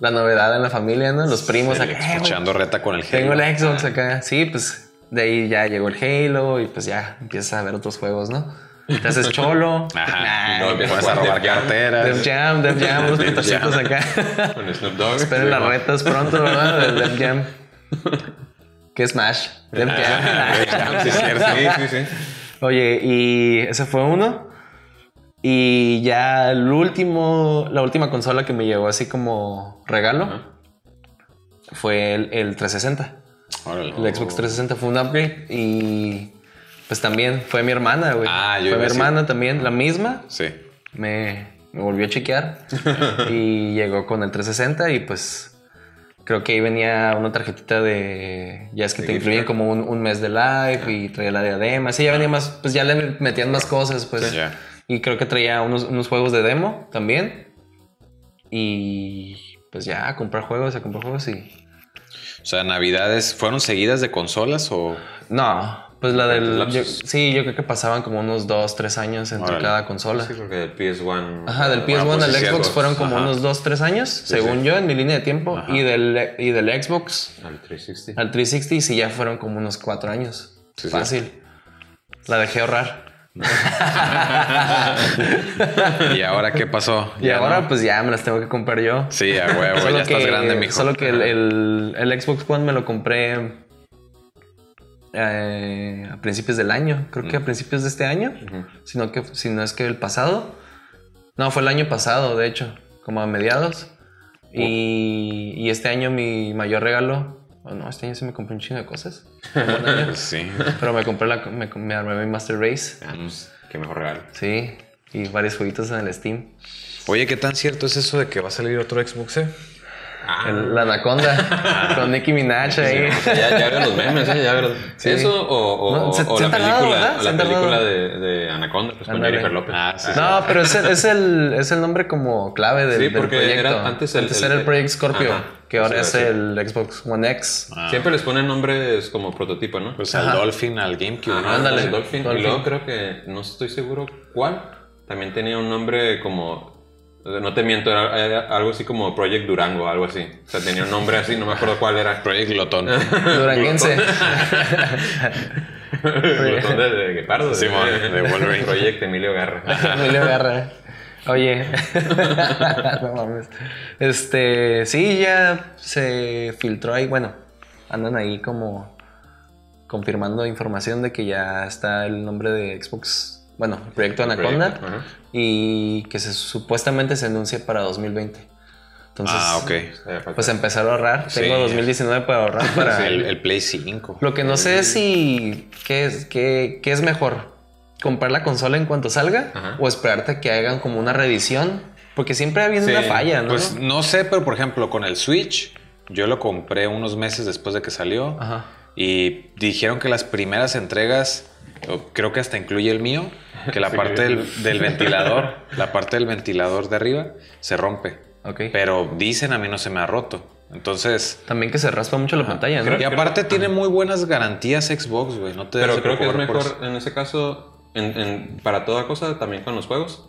[SPEAKER 3] La novedad en la familia, ¿no? Los primos
[SPEAKER 1] El
[SPEAKER 3] acá. "Eh, güey,
[SPEAKER 1] Escuchando reta con el jefe.
[SPEAKER 3] Tengo el Xbox acá. Sí, pues de ahí ya llegó el Halo y pues ya empiezas a ver otros juegos, ¿no? Te haces [laughs] cholo.
[SPEAKER 1] Ajá.
[SPEAKER 3] Ay,
[SPEAKER 1] Y luego
[SPEAKER 2] bien.
[SPEAKER 1] empiezas a robar
[SPEAKER 3] Def
[SPEAKER 1] carteras.
[SPEAKER 3] Jam, Def Jam, unos putacitos acá.
[SPEAKER 2] [laughs] Con Snoop Dogg.
[SPEAKER 3] Esperen las
[SPEAKER 2] Simón.
[SPEAKER 3] retas pronto, ¿verdad? Del [laughs] Def Jam. ¿Qué Smash? Ah, Def Jam.
[SPEAKER 2] [laughs] Sí, cierto. sí, sí, sí.
[SPEAKER 3] [laughs] Oye, y ese fue uno. Y ya el último, la última consola que me llegó así como regalo
[SPEAKER 2] Ajá.
[SPEAKER 3] fue el, el 360.
[SPEAKER 1] Órale.
[SPEAKER 3] El Xbox 360 fue un upgrade y pues también fue mi hermana, güey.
[SPEAKER 1] Ah, yo
[SPEAKER 3] fue
[SPEAKER 1] iba
[SPEAKER 3] mi
[SPEAKER 1] a decir-
[SPEAKER 3] hermana también, la misma.
[SPEAKER 1] Sí.
[SPEAKER 3] Me, me volvió
[SPEAKER 1] [laughs]
[SPEAKER 3] a chequear y llegó con el 360 y pues creo que ahí venía una tarjetita de... Ya es que te incluyen como un, un mes de live y traía la diadema. Sí, ya venía más, pues ya le metían más cosas, pues.
[SPEAKER 1] Ya.
[SPEAKER 3] Y creo que traía unos, unos juegos de demo también. Y pues ya, a comprar juegos, a comprar juegos y.
[SPEAKER 1] O sea, navidades, ¿fueron seguidas de consolas
[SPEAKER 3] [laughs]
[SPEAKER 1] o...?
[SPEAKER 3] No, pues la del. yo- sí, yo creo que pasaban como unos dos, tres años entre
[SPEAKER 1] Órale.
[SPEAKER 3] cada consola.
[SPEAKER 2] Sí, porque del PS1.
[SPEAKER 3] Ajá, del PS1
[SPEAKER 2] bueno,
[SPEAKER 3] al
[SPEAKER 2] pues, sí,
[SPEAKER 3] Xbox
[SPEAKER 2] algo.
[SPEAKER 3] fueron como
[SPEAKER 1] Ajá.
[SPEAKER 3] unos 2, 3 años, según
[SPEAKER 2] sí.
[SPEAKER 3] yo, en mi línea de tiempo.
[SPEAKER 1] Ajá.
[SPEAKER 3] Y del, y del Xbox
[SPEAKER 2] Al 360.
[SPEAKER 3] al 360 sí ya fueron como unos 4 años.
[SPEAKER 1] Sí, sí.
[SPEAKER 3] Fácil. La dejé ahorrar.
[SPEAKER 1] ¿Y ahora qué pasó?
[SPEAKER 3] Y
[SPEAKER 1] ¿Ya
[SPEAKER 3] ahora
[SPEAKER 1] no?
[SPEAKER 3] pues ya me las tengo que comprar yo.
[SPEAKER 1] Sí, a huevo,
[SPEAKER 3] Solo
[SPEAKER 1] Ah, ya estás
[SPEAKER 3] que-
[SPEAKER 1] grande, mijo.
[SPEAKER 3] Solo que el, el- el Xbox One me lo compré eh, a principios del año. Creo
[SPEAKER 1] Mm.
[SPEAKER 3] que a principios de este año.
[SPEAKER 2] Ujú.
[SPEAKER 3] sino que si no es que el pasado. No, fue el año pasado, de hecho, como a mediados. Y, y este año mi mayor regalo, oh, no, este año sí me compré un chingo de cosas,
[SPEAKER 1] Buen año. Pues Sí.
[SPEAKER 3] pero me compré la, me, me armé mi Master Race,
[SPEAKER 2] Ah, pues, qué mejor regalo.
[SPEAKER 3] sí, y varios jueguitos en el Steam.
[SPEAKER 1] Oye, ¿qué tan cierto es eso de que va a salir otro Xbox, eh?
[SPEAKER 2] Ah,
[SPEAKER 3] El-
[SPEAKER 1] [laughs]
[SPEAKER 3] la Anaconda con Nicki Minaj ahí.
[SPEAKER 2] pues, ya, ya veo los memes, ¿eh? Ya veo los-
[SPEAKER 3] [laughs] Sí.
[SPEAKER 2] Eso o, o,
[SPEAKER 3] No, se-
[SPEAKER 2] o
[SPEAKER 3] se
[SPEAKER 2] la
[SPEAKER 3] han tardado, ¿verdad?
[SPEAKER 2] película,
[SPEAKER 3] Se
[SPEAKER 2] la
[SPEAKER 3] han tardado.
[SPEAKER 2] película de, de Anaconda, pues con
[SPEAKER 3] Ándale.
[SPEAKER 2] Jennifer López.
[SPEAKER 1] Ah, sí, sí.
[SPEAKER 3] No, pero es el, es el, es el nombre como clave del,
[SPEAKER 2] Sí,
[SPEAKER 3] del
[SPEAKER 2] porque
[SPEAKER 3] proyecto.
[SPEAKER 2] era antes el-
[SPEAKER 3] era
[SPEAKER 2] el-
[SPEAKER 3] el Project Scorpio,
[SPEAKER 2] Ajá,
[SPEAKER 3] que ahora es
[SPEAKER 2] eso iba a
[SPEAKER 3] el Xbox One X.
[SPEAKER 1] Ah.
[SPEAKER 2] Siempre les ponen nombres como prototipo, ¿no?
[SPEAKER 1] Pues al
[SPEAKER 3] Ajá.
[SPEAKER 1] Dolphin, al GameCube.
[SPEAKER 2] Ajá,
[SPEAKER 1] ¿no?
[SPEAKER 3] ándale.
[SPEAKER 2] el Dolphin.
[SPEAKER 3] Dolphin.
[SPEAKER 2] Y luego creo que, no estoy seguro cuál, también tenía un nombre como, no te miento, era, era algo así como Project Durango, algo así. O sea, tenía un nombre así, no me acuerdo cuál era.
[SPEAKER 1] Project Glotón.
[SPEAKER 2] Ah,
[SPEAKER 3] [laughs] Duranguense.
[SPEAKER 2] Glotón de, de Guepardo.
[SPEAKER 1] Simón, de Wolverine.
[SPEAKER 2] Project Emilio
[SPEAKER 3] [laughs]
[SPEAKER 2] Garra.
[SPEAKER 3] Emilio Garra.
[SPEAKER 2] [laughs]
[SPEAKER 3] Oye, [laughs] no mames. Este, sí, ya se filtró ahí. Bueno, andan ahí como confirmando información de que ya está el nombre de Xbox, bueno, el proyecto Anaconda,
[SPEAKER 2] Ajá.
[SPEAKER 3] y que se, supuestamente se anuncia para 2020. Entonces,
[SPEAKER 1] Ah, ok.
[SPEAKER 2] O sea, falta-
[SPEAKER 3] pues empezar a ahorrar.
[SPEAKER 1] Sí.
[SPEAKER 3] Tengo 2019 para
[SPEAKER 2] [laughs]
[SPEAKER 3] ahorrar para
[SPEAKER 1] El, el Play 5.
[SPEAKER 3] lo que no sé es si qué es, qué, qué es mejor, comprar la consola en cuanto salga
[SPEAKER 2] Ajá.
[SPEAKER 3] o esperarte a que hagan como una reedición, porque siempre ha habido
[SPEAKER 2] Sí,
[SPEAKER 3] una falla, ¿no?
[SPEAKER 1] Pues no sé, pero por ejemplo, con el Switch, yo lo compré unos meses después de que salió.
[SPEAKER 3] Ajá.
[SPEAKER 1] Y dijeron que las primeras entregas, o creo que hasta incluye el mío, que la [laughs]
[SPEAKER 2] Sí.
[SPEAKER 1] parte del, del ventilador, la parte del ventilador de arriba se rompe.
[SPEAKER 3] Ok.
[SPEAKER 1] Pero dicen a mí no se me ha roto. Entonces,
[SPEAKER 3] También que se raspa mucho la pantalla, ¿no?
[SPEAKER 1] y aparte tiene muy buenas garantías Xbox, güey. No te
[SPEAKER 2] Pero
[SPEAKER 1] des de
[SPEAKER 2] creo que es
[SPEAKER 1] cobrar por
[SPEAKER 2] mejor
[SPEAKER 1] eso.
[SPEAKER 2] en ese caso, en- en- para toda cosa, también con los juegos,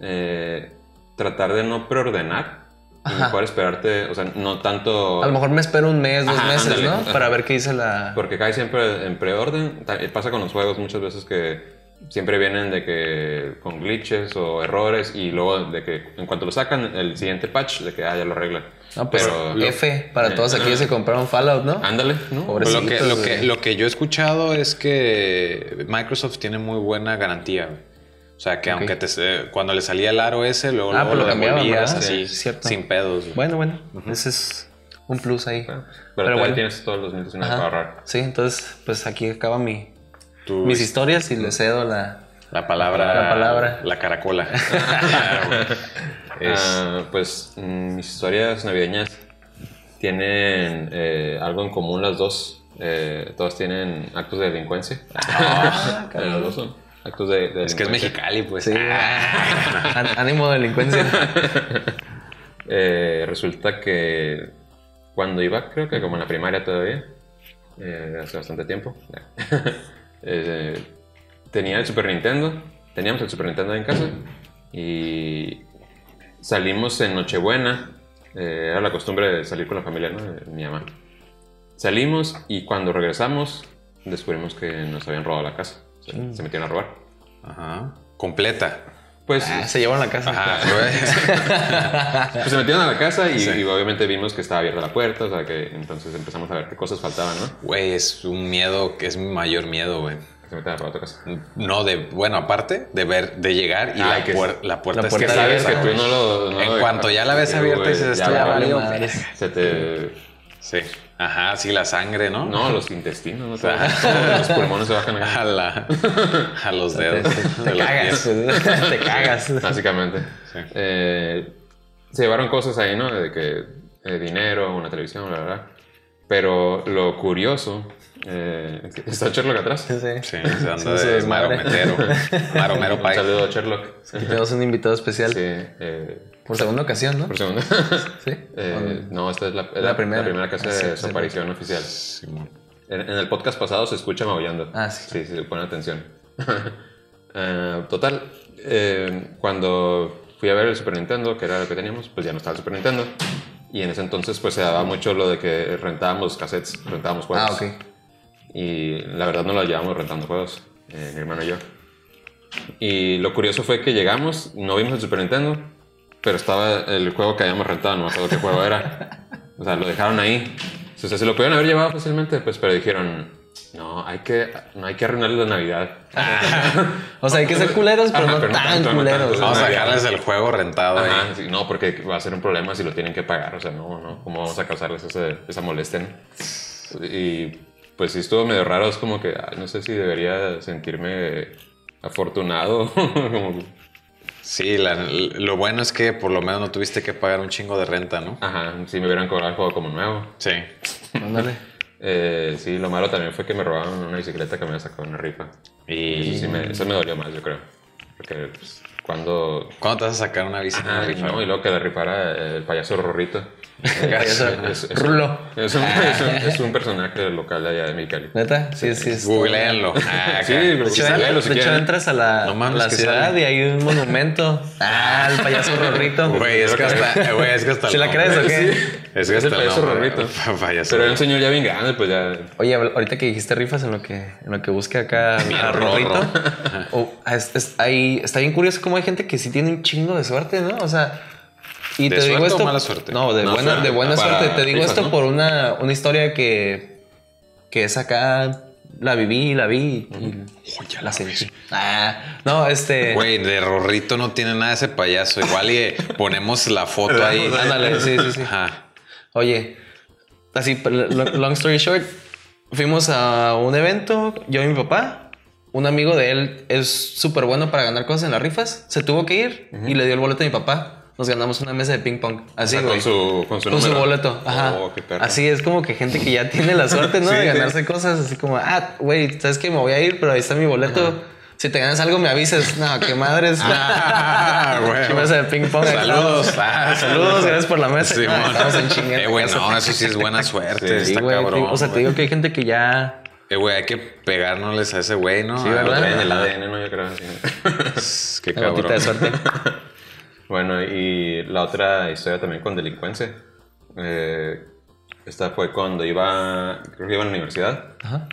[SPEAKER 2] eh, tratar de no preordenar. Y
[SPEAKER 3] Ajá.
[SPEAKER 2] mejor esperarte, o sea, no tanto.
[SPEAKER 3] A lo mejor me espero un mes, dos
[SPEAKER 2] Ajá,
[SPEAKER 3] meses,
[SPEAKER 2] ándale.
[SPEAKER 3] ¿no?
[SPEAKER 2] Ajá.
[SPEAKER 3] Para ver qué dice la...
[SPEAKER 2] Porque cae siempre en preorden. Ta- eh, Pasa con los juegos muchas veces que siempre vienen de que con glitches o errores y luego de que en cuanto lo sacan el siguiente patch de que ah, ya lo arreglan.
[SPEAKER 3] No, pues
[SPEAKER 2] Pero lo-
[SPEAKER 3] F para todos aquellos que compraron Fallout, ¿no?
[SPEAKER 2] ándale, ¿no?
[SPEAKER 3] Pobre-
[SPEAKER 1] Pues Lo que, lo,
[SPEAKER 3] Pobrecitos,
[SPEAKER 1] que,
[SPEAKER 3] güey.
[SPEAKER 1] lo que yo he escuchado es que Microsoft tiene muy buena garantía. güey. O sea, que
[SPEAKER 3] Ok.
[SPEAKER 1] aunque te, se- cuando le salía el aro ese, luego,
[SPEAKER 3] Ah,
[SPEAKER 1] luego
[SPEAKER 3] pues
[SPEAKER 1] lo
[SPEAKER 3] lo cambiaban,
[SPEAKER 1] devolvías
[SPEAKER 3] ¿verdad?
[SPEAKER 1] así,
[SPEAKER 3] Sí, cierto.
[SPEAKER 1] sin pedos. güey.
[SPEAKER 3] Bueno, bueno, ese es un plus ahí.
[SPEAKER 2] Pero,
[SPEAKER 3] Pero
[SPEAKER 2] todavía
[SPEAKER 3] bueno.
[SPEAKER 2] tienes todos los 2019
[SPEAKER 3] Ajá.
[SPEAKER 2] para ahorrar.
[SPEAKER 3] Sí, entonces, pues aquí acaba mi,
[SPEAKER 1] Tú-
[SPEAKER 3] mis historias y le cedo la...
[SPEAKER 1] la palabra.
[SPEAKER 3] La palabra.
[SPEAKER 1] La
[SPEAKER 3] [laughs]
[SPEAKER 1] caracola.
[SPEAKER 2] Ah, pues mm, mis historias navideñas tienen eh, algo en común las dos. Eh, todas tienen actos de delincuencia. [laughs] Eh, las dos son actos de, de
[SPEAKER 1] es que es
[SPEAKER 2] delincuencia.
[SPEAKER 1] Mexicali, pues. ah.
[SPEAKER 3] Sí. Á- Ánimo delincuencia.
[SPEAKER 2] Eh, resulta que cuando iba, creo que como en la primaria todavía, eh, hace bastante tiempo, [laughs] eh, tenía el Super Nintendo, teníamos el Super Nintendo en casa y salimos en Nochebuena, eh, era la costumbre de salir con la familia, ¿no? De Mi mamá. Salimos y cuando regresamos descubrimos que nos habían robado la casa, se, se metieron a robar.
[SPEAKER 1] Ajá. Completa.
[SPEAKER 2] Pues
[SPEAKER 3] Ah, se llevan la casa.
[SPEAKER 1] Ajá,
[SPEAKER 3] [laughs]
[SPEAKER 1] güey.
[SPEAKER 2] Pues se metieron a la casa y, y obviamente vimos que estaba abierta la puerta, o sea que entonces empezamos a ver qué cosas faltaban, ¿no?
[SPEAKER 1] Güey, es un miedo que es mi mayor miedo, güey.
[SPEAKER 2] Que Se metieron a robar tu casa.
[SPEAKER 1] No de, bueno, aparte de ver, de llegar y
[SPEAKER 2] Ay,
[SPEAKER 1] la,
[SPEAKER 2] que-
[SPEAKER 1] puer- la puerta
[SPEAKER 3] la
[SPEAKER 1] es que
[SPEAKER 3] puerta
[SPEAKER 1] sabes
[SPEAKER 3] abierta,
[SPEAKER 1] que
[SPEAKER 3] güey.
[SPEAKER 1] tú no
[SPEAKER 2] lo...
[SPEAKER 1] En cuanto ya la ves
[SPEAKER 2] Sí,
[SPEAKER 1] abierta,
[SPEAKER 2] güey,
[SPEAKER 1] dices, esto ya
[SPEAKER 2] vale
[SPEAKER 1] valió
[SPEAKER 2] madre.
[SPEAKER 3] madres.
[SPEAKER 2] Se te...
[SPEAKER 1] Sí. Ajá, sí, la sangre, ¿no?
[SPEAKER 2] No, los intestinos, no sé. los pulmones se bajan
[SPEAKER 1] [laughs] A, la- a los
[SPEAKER 3] Te,
[SPEAKER 1] dedos.
[SPEAKER 3] te-
[SPEAKER 1] de
[SPEAKER 3] te
[SPEAKER 1] los
[SPEAKER 3] cagas. pues,
[SPEAKER 1] pies.
[SPEAKER 3] [laughs] Te cagas.
[SPEAKER 2] Básicamente. Eh, se llevaron cosas ahí, ¿no? De que eh, dinero, una televisión, la verdad. Pero lo curioso... Eh, ¿Está Sherlock atrás?
[SPEAKER 3] Sí.
[SPEAKER 1] Sí, se anda
[SPEAKER 3] Sí,
[SPEAKER 1] de
[SPEAKER 3] sí,
[SPEAKER 1] maromero. Maromero
[SPEAKER 2] Un
[SPEAKER 1] Pai.
[SPEAKER 2] saludo a Sherlock.
[SPEAKER 3] Tenemos un invitado especial.
[SPEAKER 2] Sí, eh,
[SPEAKER 3] Por segunda ocasión, ¿no?
[SPEAKER 2] Por segundo.
[SPEAKER 3] Sí.
[SPEAKER 2] [laughs] Eh, no, esta es la, es
[SPEAKER 3] La
[SPEAKER 2] la
[SPEAKER 3] primera.
[SPEAKER 2] primera, que hace
[SPEAKER 3] Ah, sí,
[SPEAKER 2] su aparición oficial.
[SPEAKER 1] Simón.
[SPEAKER 2] En, en el podcast pasado se escucha maullando.
[SPEAKER 3] Ah, sí.
[SPEAKER 2] Sí, sí, pone atención. [laughs] Eh, total, eh, cuando fui a ver el Super Nintendo, que era lo que teníamos, pues ya no estaba el Super Nintendo. Y en ese entonces, pues se daba mucho lo de que rentábamos cassettes, rentábamos
[SPEAKER 1] pues.
[SPEAKER 2] juegos.
[SPEAKER 3] Ah, ok.
[SPEAKER 2] Y la verdad no la llevamos rentando juegos, eh, mi hermano y yo. Y lo curioso fue que llegamos, no vimos el Super Nintendo, pero estaba el juego que habíamos rentado, no me acuerdo qué juego era. O sea, lo dejaron ahí. O sea, se lo pudieron haber llevado fácilmente, pues, pero dijeron, no, hay que, no hay que arruinarle la Navidad.
[SPEAKER 3] O sea, hay que ser culeros, pero
[SPEAKER 1] Ah,
[SPEAKER 2] Ajá,
[SPEAKER 3] no
[SPEAKER 2] pero no
[SPEAKER 3] tan
[SPEAKER 2] tanto, no
[SPEAKER 3] culeros.
[SPEAKER 2] tanto.
[SPEAKER 3] ¿no?
[SPEAKER 1] Vamos a
[SPEAKER 2] Navidad.
[SPEAKER 1] dejarles el juego rentado ahí.
[SPEAKER 2] Ajá, sí, no, porque va a ser un problema si lo tienen que pagar. O sea, no, no, ¿cómo vamos a causarles ese- esa molestia? no? Y pues sí estuvo medio raro. Es como que ay, no sé si debería sentirme afortunado. [laughs] como-
[SPEAKER 1] Sí, la- lo bueno es que por lo menos no tuviste que pagar un chingo de renta, ¿no?
[SPEAKER 2] ajá, si me hubieran cobrado el juego como nuevo.
[SPEAKER 1] Sí.
[SPEAKER 3] Ah, Ándale.
[SPEAKER 2] Eh, sí, lo malo también fue que me robaron una bicicleta que me había sacado en una rifa. Y
[SPEAKER 1] ¿Y
[SPEAKER 2] eso, sí me, eso me dolió más, yo creo. Porque pues, cuando...
[SPEAKER 1] cuándo te vas a sacar una bici? en una
[SPEAKER 3] Ah,
[SPEAKER 2] Ay,
[SPEAKER 1] rifa?
[SPEAKER 2] no, y luego que la rifara eh, el payaso Rorrito.
[SPEAKER 3] Payaso.
[SPEAKER 2] [laughs] Es- es-
[SPEAKER 3] Rulo.
[SPEAKER 2] Es un, es un- es un personaje local de allá de Mexicali.
[SPEAKER 3] ¿Neta? Sí, sí.
[SPEAKER 1] Uh,
[SPEAKER 3] es-
[SPEAKER 1] Googleenlo. Ah,
[SPEAKER 2] Sí,
[SPEAKER 1] acá.
[SPEAKER 2] pero
[SPEAKER 3] De hecho,
[SPEAKER 2] sí, léelo si
[SPEAKER 3] de hecho,
[SPEAKER 2] quieren.
[SPEAKER 3] entras a la,
[SPEAKER 1] No mames,
[SPEAKER 3] a la
[SPEAKER 1] que
[SPEAKER 3] ciudad
[SPEAKER 1] sale.
[SPEAKER 3] y hay un monumento. Ah, el payaso Rorrito.
[SPEAKER 1] Güey, es que hasta. Güey, es que hasta.
[SPEAKER 3] ¿Se
[SPEAKER 1] el
[SPEAKER 3] la
[SPEAKER 1] nombre.
[SPEAKER 3] crees o qué?
[SPEAKER 1] Es que
[SPEAKER 2] Es el
[SPEAKER 1] hasta.
[SPEAKER 2] payaso
[SPEAKER 1] nombre.
[SPEAKER 2] Rorrito.
[SPEAKER 1] [laughs] Payaso.
[SPEAKER 2] Pero era un señor ya bien grande, pues ya.
[SPEAKER 3] Oye, habla- ahorita que dijiste rifas en lo que, en lo que busque acá a
[SPEAKER 1] rorro.
[SPEAKER 3] Rorrito. o- es- es- ahí- está bien curioso cómo hay gente que sí tiene un chingo de suerte, ¿no? O sea, y
[SPEAKER 1] ¿De
[SPEAKER 3] te digo
[SPEAKER 1] suerte o
[SPEAKER 3] esto.
[SPEAKER 1] mala suerte?
[SPEAKER 3] No, de
[SPEAKER 2] No,
[SPEAKER 3] buena,
[SPEAKER 2] suerte.
[SPEAKER 3] de buena
[SPEAKER 2] Para
[SPEAKER 3] suerte. Te digo
[SPEAKER 2] rifas,
[SPEAKER 3] esto
[SPEAKER 2] ¿no?
[SPEAKER 3] por una, una historia que, que es acá. La viví, la vi y
[SPEAKER 1] Uy, ya
[SPEAKER 3] la
[SPEAKER 1] la sé.
[SPEAKER 3] sentí. Ah, no, este.
[SPEAKER 1] Güey, de Rorrito no tiene nada ese payaso. Igual y eh, ponemos la foto ahí.
[SPEAKER 3] [laughs] Ándale, sí, sí, sí.
[SPEAKER 1] Ajá.
[SPEAKER 3] Oye, así, lo- long story short, fuimos a un evento, yo y mi papá. Un amigo de él es súper bueno para ganar cosas en las rifas. Se tuvo que ir y le dio el boleto a mi papá. Nos ganamos una mesa de ping pong. Así,
[SPEAKER 2] o sea,
[SPEAKER 3] güey.
[SPEAKER 2] Ah, con su, con su
[SPEAKER 3] Con su
[SPEAKER 2] número.
[SPEAKER 3] boleto. Ajá.
[SPEAKER 2] Oh, qué perro.
[SPEAKER 3] así es como que gente que
[SPEAKER 2] [laughs]
[SPEAKER 3] ya tiene la suerte, ¿no?
[SPEAKER 2] Sí,
[SPEAKER 3] de
[SPEAKER 2] sí.
[SPEAKER 3] ganarse cosas. Así como, ah, güey, sabes que me voy a ir, pero ahí está mi boleto. Si te ganas algo, me avisas. No, qué
[SPEAKER 2] [laughs]
[SPEAKER 3] madres.
[SPEAKER 1] Ah, güey.
[SPEAKER 3] Qué [laughs] mesa de ping pong. ahí
[SPEAKER 1] Saludos.
[SPEAKER 3] estamos.
[SPEAKER 1] Ah,
[SPEAKER 3] Saludos, gracias por la mesa.
[SPEAKER 1] Simón.
[SPEAKER 3] Ah, estamos en chinga.
[SPEAKER 1] Eh, güey, no, eso sí es buena suerte.
[SPEAKER 2] Sí,
[SPEAKER 1] está
[SPEAKER 3] güey, te-
[SPEAKER 1] cabrón.
[SPEAKER 3] o sea, te
[SPEAKER 1] güey.
[SPEAKER 3] digo que hay gente que ya.
[SPEAKER 1] Eh, güey, hay que pegárnosles a ese güey, ¿no?
[SPEAKER 3] Sí,
[SPEAKER 1] Ah,
[SPEAKER 2] Lo
[SPEAKER 3] ¿verdad?
[SPEAKER 2] traen en el ADN, ¿no? Yo creo. sí.
[SPEAKER 1] Pss, Qué
[SPEAKER 3] La gotita de
[SPEAKER 1] cabrón.
[SPEAKER 3] suerte.
[SPEAKER 2] bueno, y la otra historia también con delincuencia. Eh, esta fue cuando iba. Creo que iba a la universidad.
[SPEAKER 3] Ajá.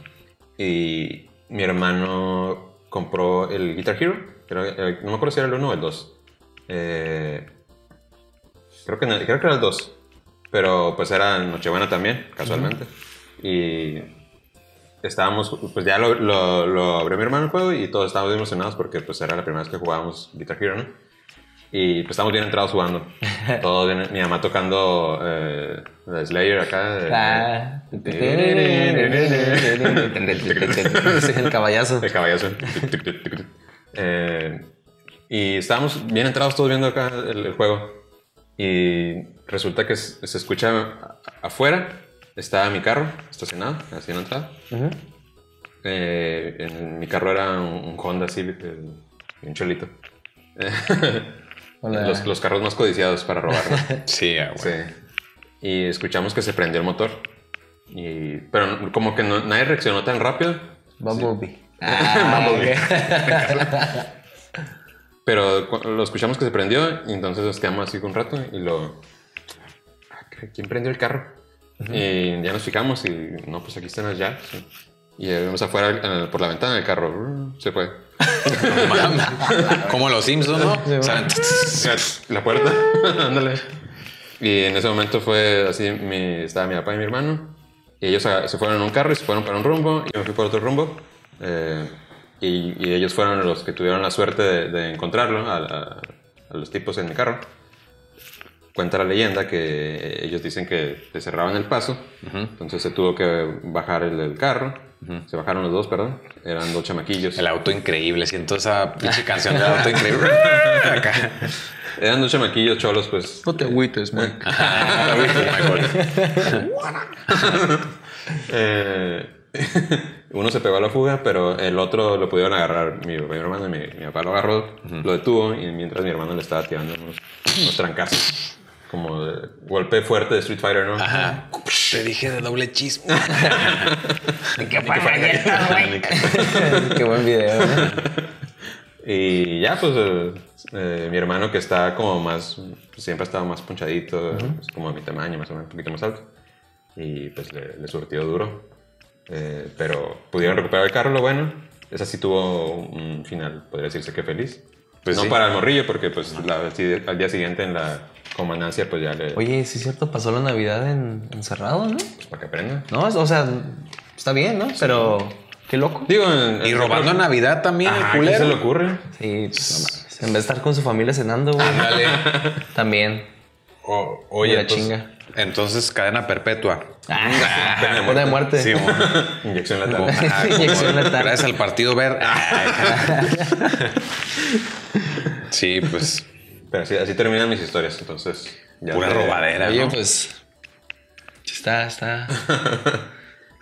[SPEAKER 2] Y mi hermano compró el Guitar Hero. creo que- eh, no me acuerdo si era el 1 o el 2. creo, que, en el- creo que era el 2. Pero pues era Nochebuena también, casualmente. Y estábamos, pues ya lo, lo, lo abrió mi hermano el juego y todos estábamos emocionados porque pues era la primera vez que jugábamos Guitar Hero, ¿no? Y pues estábamos bien entrados jugando. Todo bien, mi mamá tocando eh, la de Slayer acá. eh, de-
[SPEAKER 3] [laughs] Ah. Sí, el caballazo.
[SPEAKER 2] el caballazo. Tic, tic, tic, tic, tic. Eh, y estábamos bien entrados todos viendo acá el, el juego. Y resulta que se se escucha a- afuera. Está mi carro estacionado, así en la entrada.
[SPEAKER 3] Ujú.
[SPEAKER 2] Eh, en- mi carro era un, un Honda Civic, el- un cholito.
[SPEAKER 3] Hola.
[SPEAKER 2] Los, los carros más codiciados para robar. ¿no?
[SPEAKER 1] [laughs] Sí, ah, güey.
[SPEAKER 2] Sí. Y escuchamos que se prendió el motor. Y, pero como que no- nadie reaccionó tan rápido.
[SPEAKER 3] Bumblebee. Ah,
[SPEAKER 2] Pero cu- lo escuchamos que se prendió y entonces nos quedamos así un rato y lo... Ah, caray, ¿Quién prendió el carro? Y ya nos fijamos y no, pues aquí están las llaves. Y ya vemos afuera eh, por la ventana del carro. brr, Se fue.
[SPEAKER 1] No mames. Como los Simpsons,
[SPEAKER 3] Sí,
[SPEAKER 1] ¿no?
[SPEAKER 3] va.
[SPEAKER 1] Salen-
[SPEAKER 2] la puerta. [laughs] Ándale. Y en ese momento fue así, mi, estaba mi papá y mi hermano. Y ellos a- se fueron en un carro y se fueron para un rumbo. Y yo me fui por otro rumbo. eh, y, y ellos fueron los que tuvieron la suerte de, de encontrarlo, a, la- a los tipos en el carro. Cuenta la leyenda que ellos dicen que le cerraban el paso. Entonces se tuvo que bajar el, del carro. Se bajaron los dos, perdón. Eran dos
[SPEAKER 1] [laughs]
[SPEAKER 2] chamaquillos.
[SPEAKER 1] El auto increíble. Siento esa pinche canción del auto increíble.
[SPEAKER 3] [laughs]
[SPEAKER 1] Acá.
[SPEAKER 2] Eran dos chamaquillos cholos, pues
[SPEAKER 3] No te agüites, Mike.
[SPEAKER 1] Ajá, güey, me acuerdo.
[SPEAKER 2] Eh, [laughs] Uno se pegó a la fuga, pero el otro lo pudieron agarrar. Mi, mi hermano, mi, mi papá lo agarró, lo detuvo y mientras mi hermano le estaba tirando unos, unos trancazos. Como de golpe fuerte de Street Fighter, ¿no?
[SPEAKER 1] Ajá. Te dije de doble chispa.
[SPEAKER 3] Qué [laughs]
[SPEAKER 2] [laughs]
[SPEAKER 3] Qué buen video. ¿eh?
[SPEAKER 2] Y ya, pues eh, eh, mi hermano que está como más, siempre ha estado más punchadito, pues, como a mi tamaño, más o menos, un poquito más alto. Y pues le, le surtió duro. Eh, pero pudieron recuperar el carro, lo bueno. Esa sí tuvo un final, podría decirse que feliz.
[SPEAKER 1] Pues
[SPEAKER 2] no
[SPEAKER 1] sí.
[SPEAKER 2] para el morrillo, porque pues la- sí, al día siguiente en la comandancia, pues ya le.
[SPEAKER 3] Oye, sí es cierto, pasó la Navidad en, encerrado, ¿no?
[SPEAKER 2] pues, para que aprenda.
[SPEAKER 3] No, o sea, está bien, ¿no? Pero qué loco.
[SPEAKER 2] Digo, en-
[SPEAKER 1] Y
[SPEAKER 2] en-
[SPEAKER 1] robando Navidad también,
[SPEAKER 2] Ajá,
[SPEAKER 1] el
[SPEAKER 2] ¿qué se le
[SPEAKER 1] culero.
[SPEAKER 2] ocurre?
[SPEAKER 3] Sí, pues, no mames. En vez de estar con su familia cenando, güey. También.
[SPEAKER 1] O-
[SPEAKER 3] Y
[SPEAKER 1] oye,
[SPEAKER 2] pues,
[SPEAKER 3] la
[SPEAKER 1] entonces,
[SPEAKER 3] chinga.
[SPEAKER 1] entonces cadena perpetua.
[SPEAKER 3] Ah, pena de muerte.
[SPEAKER 2] [laughs]
[SPEAKER 1] Sí, mo-
[SPEAKER 2] Inyección
[SPEAKER 1] mo-
[SPEAKER 2] letal.
[SPEAKER 1] ajá, como-
[SPEAKER 3] Inyección letal.
[SPEAKER 1] gracias al partido verde. Ah. sí, pues
[SPEAKER 2] Pero así, así terminan mis historias, entonces. ya
[SPEAKER 1] pura
[SPEAKER 2] le-
[SPEAKER 1] robadera.
[SPEAKER 3] Oye,
[SPEAKER 1] ¿no?
[SPEAKER 3] pues. Está, está.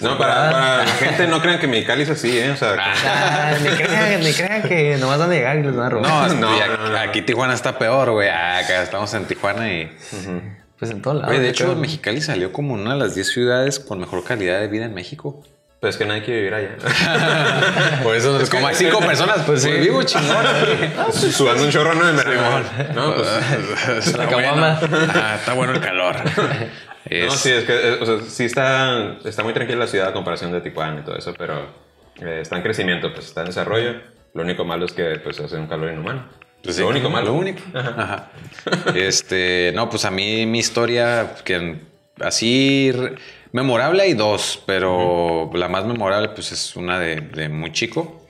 [SPEAKER 2] No, para, para la gente no crean que mi cali es así, ¿eh? O sea,
[SPEAKER 3] Ah, ni crean, ni crean que nomás van a llegar y les van a robar.
[SPEAKER 1] No,
[SPEAKER 2] No,
[SPEAKER 1] y a-
[SPEAKER 2] no, no, no.
[SPEAKER 1] aquí Tijuana está peor, güey. Ah, Acá estamos en Tijuana y.
[SPEAKER 3] Pues en todos lados.
[SPEAKER 1] Oye, de
[SPEAKER 3] yo
[SPEAKER 1] hecho,
[SPEAKER 3] creo.
[SPEAKER 1] Mexicali salió como una de las 10 ciudades con mejor calidad de vida en México.
[SPEAKER 2] pues que nadie quiere vivir allá.
[SPEAKER 1] [laughs] Por
[SPEAKER 2] Pues
[SPEAKER 1] eso nos como hay
[SPEAKER 2] [laughs]
[SPEAKER 1] 5 personas, pues sí. Vivo chingón.
[SPEAKER 2] Sudando un chorro, ¿no? En verano. No, pues, [laughs]
[SPEAKER 1] Está
[SPEAKER 3] caguama.
[SPEAKER 1] Ah, está bueno el calor. Es-
[SPEAKER 2] No, sí, es que eh, o sea, sí está, está muy tranquila la ciudad a comparación de Tijuana y todo eso, pero eh, está en crecimiento, pues está en desarrollo. Lo único malo es que pues hace un calor inhumano.
[SPEAKER 1] Pues sí,
[SPEAKER 2] lo único malo.
[SPEAKER 1] Lo único. Ajá. Este, no, pues a mí mi historia, que así re- memorable hay dos, pero la más memorable pues es una de, de muy chico.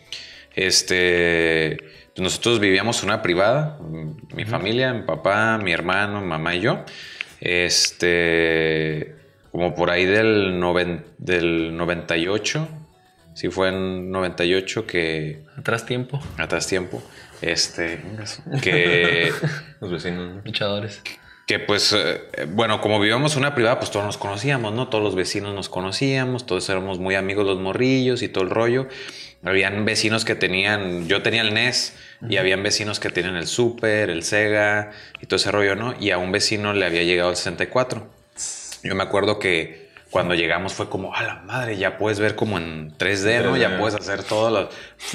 [SPEAKER 1] Este, pues, nosotros vivíamos en una privada, mm, mi familia, mi papá, mi hermano, mamá y yo. Este, como por ahí del, noven- del 98, si fue en 98 que
[SPEAKER 3] Atrás tiempo,
[SPEAKER 1] atrás tiempo, este, que,
[SPEAKER 2] Los vecinos. ¿no?
[SPEAKER 3] luchadores.
[SPEAKER 1] que pues, eh, bueno, como vivíamos en una privada, pues todos nos conocíamos, ¿no? Todos los vecinos nos conocíamos, todos éramos muy amigos los morrillos y todo el rollo. Habían vecinos que tenían, yo tenía el NES y habían vecinos que tenían el Super, el Sega y todo ese rollo, ¿no? Y a un vecino le había llegado el 64. Yo me acuerdo que cuando llegamos fue como, a la madre, ya puedes ver como en 3D, ¿no? Ya
[SPEAKER 2] 3D.
[SPEAKER 1] puedes hacer todo. lo-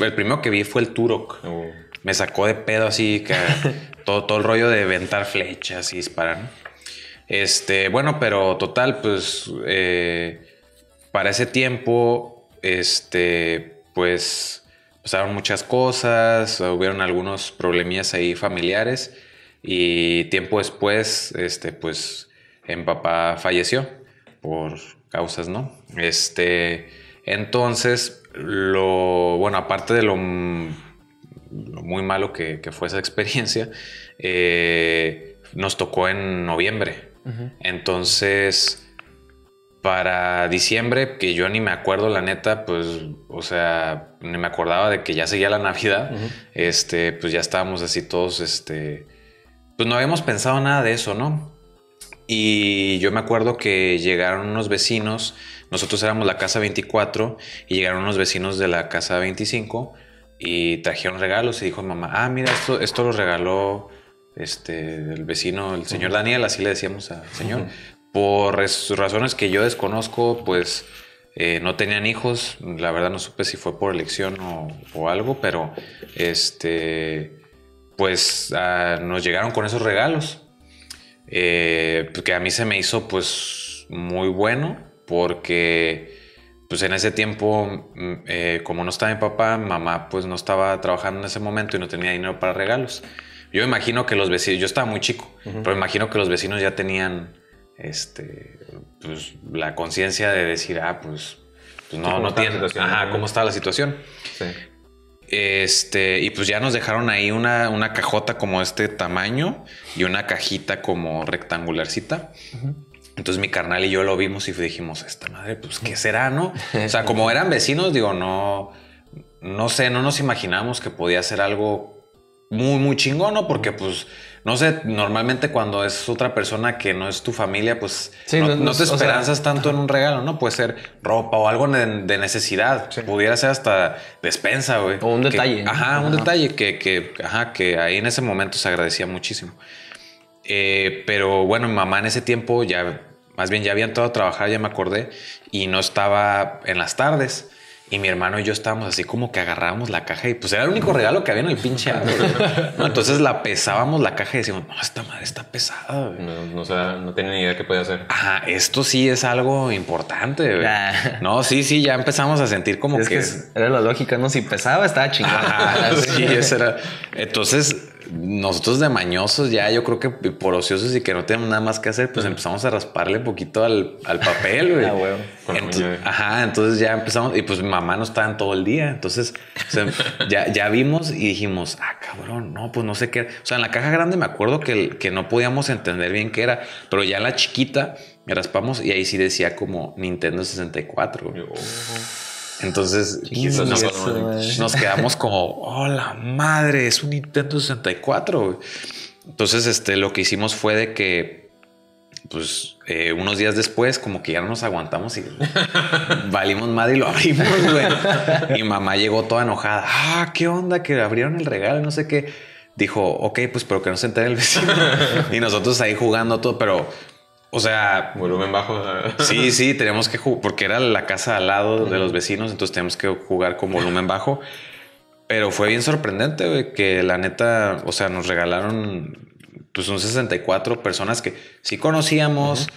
[SPEAKER 1] El primero que vi fue el Turok
[SPEAKER 2] Uh,
[SPEAKER 1] me sacó de pedo así que todo, todo el rollo de ventar flechas y disparar. ¿no? Este, bueno, pero total, pues eh, para ese tiempo, este, pues pasaron muchas cosas, hubieron algunos problemillas ahí familiares y tiempo después, este, pues mi papá falleció por causas, ¿no? Este, entonces, lo, bueno, aparte de lo mm, lo muy malo que, que fue esa [laughs] experiencia, eh, nos tocó en noviembre. Entonces, para diciembre, que yo ni me acuerdo, la neta, pues, o sea, ni me acordaba de que ya seguía la Navidad, este, pues ya estábamos así todos, este, pues no habíamos pensado nada de eso, ¿no? Y yo me acuerdo que llegaron unos vecinos, nosotros éramos la casa 24 y llegaron unos vecinos de la casa 25 y trajeron regalos y dijo mi mamá, ah, mira, esto, esto lo regaló este, el vecino, el señor Daniel, así le decíamos al señor. Por res- razones que yo desconozco, pues eh, no tenían hijos, la verdad no supe si fue por elección o, o algo, pero este, pues ah, nos llegaron con esos regalos eh, pues, que a mí se me hizo pues muy bueno porque pues en ese tiempo mm, eh, como no estaba mi papá mamá pues no estaba trabajando en ese momento y no tenía dinero para regalos yo me imagino que los vecinos yo estaba muy chico pero me imagino que los vecinos ya tenían este pues la conciencia de decir ah pues, pues no
[SPEAKER 2] ¿cómo
[SPEAKER 1] no
[SPEAKER 2] está la
[SPEAKER 1] tienen
[SPEAKER 2] situación?
[SPEAKER 1] ajá cómo está la situación
[SPEAKER 2] sí.
[SPEAKER 1] este, y pues ya nos dejaron ahí una, una cajota como este tamaño y una cajita como rectangularcita. Entonces mi carnal y yo lo vimos y dijimos, esta madre, pues qué será, ¿no?
[SPEAKER 3] [laughs]
[SPEAKER 1] O sea, como eran vecinos, digo, no, no sé, no nos imaginamos que podía ser algo muy, muy chingón, ¿no? Porque pues No sé, normalmente cuando es otra persona que no es tu familia, pues
[SPEAKER 3] Sí,
[SPEAKER 1] no,
[SPEAKER 3] no-
[SPEAKER 1] no
[SPEAKER 3] no-
[SPEAKER 1] te
[SPEAKER 3] o sea-
[SPEAKER 1] esperanzas tanto en un regalo, ¿no? Puede ser ropa o algo de, de necesidad. Pudiera ser hasta despensa, güey.
[SPEAKER 3] O un
[SPEAKER 1] Que-
[SPEAKER 3] detalle.
[SPEAKER 1] ajá, un
[SPEAKER 3] Ajá.
[SPEAKER 1] detalle que, que, ajá, que ahí en ese momento se agradecía muchísimo. Eh, pero bueno, mi mamá en ese tiempo ya, más bien ya había entrado a trabajar, ya me acordé, y no estaba en las tardes. Y mi hermano y yo estábamos así como que agarrábamos la caja y pues era el único regalo que había en el
[SPEAKER 3] [laughs]
[SPEAKER 1] pinche árbol. güey. No, entonces la pesábamos la caja y decíamos, no, esta madre está pesada. güey".
[SPEAKER 2] No, no, sa- no tenía ni idea qué podía hacer.
[SPEAKER 1] Ajá, esto sí es algo importante. güey".
[SPEAKER 3] Ah.
[SPEAKER 1] No, sí, sí, ya empezamos a sentir como
[SPEAKER 3] Es que es- era la lógica, ¿no? Si pesaba, estaba chingado.
[SPEAKER 1] Ajá, sí, ese era. Entonces, nosotros de mañosos ya, yo creo que por ociosos y que no tenemos nada más que hacer, pues empezamos a rasparle poquito al, al papel, güey.
[SPEAKER 3] [laughs] Ah, huevo.
[SPEAKER 2] Con la
[SPEAKER 1] Ento-
[SPEAKER 2] uña, güey.
[SPEAKER 1] ajá, entonces ya empezamos y pues mi mamá no estaba en todo el día, entonces o sea, ya, ya vimos y dijimos, ah, cabrón, no, pues no sé qué. era". O sea, en la caja grande me acuerdo que, que no podíamos entender bien qué era, pero ya en la chiquita me raspamos y ahí sí decía como Nintendo 64. güey.
[SPEAKER 2] Yo, oh,
[SPEAKER 1] Entonces, "Mm,
[SPEAKER 3] Chingues,
[SPEAKER 1] nos-
[SPEAKER 2] eso,
[SPEAKER 1] nos-
[SPEAKER 3] madre.
[SPEAKER 1] nos quedamos como, oh la madre, es un Nintendo 64. güey". Entonces, este, lo que hicimos fue de que, pues, eh, unos días después, como que ya no nos aguantamos y [laughs] valimos madre y lo abrimos, [laughs] güey. Y mamá llegó toda enojada. Ah, qué onda, que abrieron el regalo, no sé qué. Dijo, ok, pues, pero que no se entere el vecino. [laughs] Y nosotros ahí jugando todo, pero, o sea,
[SPEAKER 2] volumen bajo. ah.
[SPEAKER 1] Sí, sí, teníamos que jugar, porque era la casa al lado de los vecinos, entonces teníamos que jugar con volumen bajo. Pero fue bien sorprendente, güey, que la neta, o sea, nos regalaron pues un 64 personas que sí conocíamos,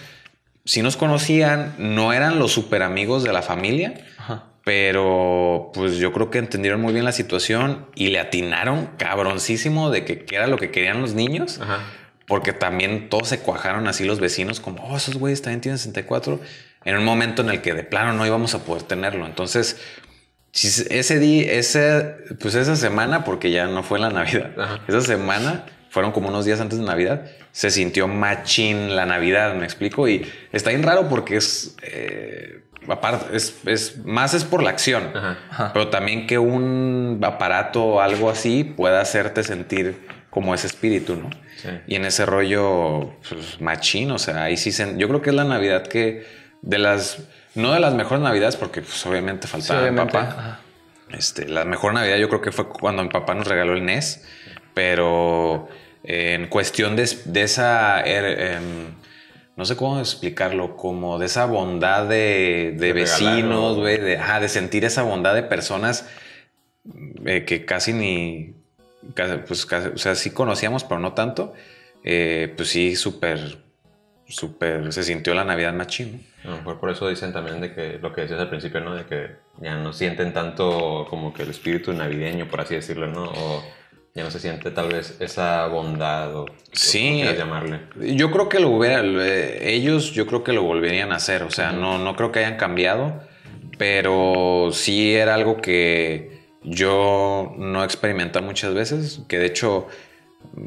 [SPEAKER 1] sí nos conocían, no eran los super amigos de la familia,
[SPEAKER 3] Ajá.
[SPEAKER 1] pero pues yo creo que entendieron muy bien la situación y le atinaron cabroncísimo de que qué era lo que querían los niños.
[SPEAKER 2] [laughs] Ajá.
[SPEAKER 1] Porque también todos se cuajaron así los vecinos, como, oh, esos güeyes también tienen 64, en un momento en el que de plano no íbamos a poder tenerlo. Entonces, sí, ese día, ese, pues esa semana, porque ya no fue la Navidad,
[SPEAKER 2] [laughs] Ajá.
[SPEAKER 1] esa semana, fueron como unos días antes de Navidad, se sintió machín la Navidad, me explico, y está bien raro porque es, eh, aparte, es, es- más es por la acción.
[SPEAKER 2] Ajá.
[SPEAKER 1] Pero también que un aparato o algo así pueda hacerte sentir como ese espíritu, ¿no?
[SPEAKER 2] Sí.
[SPEAKER 1] Y en ese rollo pues, machín, o sea, ahí sí se, yo creo que es la Navidad que de las no de las mejores Navidades porque pues, obviamente
[SPEAKER 3] Sí,
[SPEAKER 1] faltaba mi
[SPEAKER 3] obviamente.
[SPEAKER 1] papá.
[SPEAKER 3] Ajá.
[SPEAKER 1] Este, la mejor Navidad yo creo que fue cuando mi papá nos regaló el NES, pero eh, en cuestión de, es- de esa er- em, no sé cómo explicarlo, como de esa bondad de, de
[SPEAKER 2] De
[SPEAKER 1] vecinos,
[SPEAKER 2] regalarlo.
[SPEAKER 1] güey, de, ajá, de sentir esa bondad de personas eh, que casi ni, ca- pues, casi- o sea, sí conocíamos, pero no tanto, eh, pues sí, súper, súper, se sintió la Navidad machín. ¿no?
[SPEAKER 2] A lo mejor por eso dicen también de que lo que decías al principio, ¿no? De que ya no sienten tanto como que el espíritu navideño, por así decirlo, ¿no? O ya no se siente tal vez esa bondad o o como
[SPEAKER 1] Sí.
[SPEAKER 2] quieras llamarle.
[SPEAKER 1] Yo creo que lo hubiera, lo- eh, ellos yo creo que lo volverían a hacer, o sea, no, no creo que hayan cambiado, pero sí era algo que yo no experimenté muchas veces, que de hecho,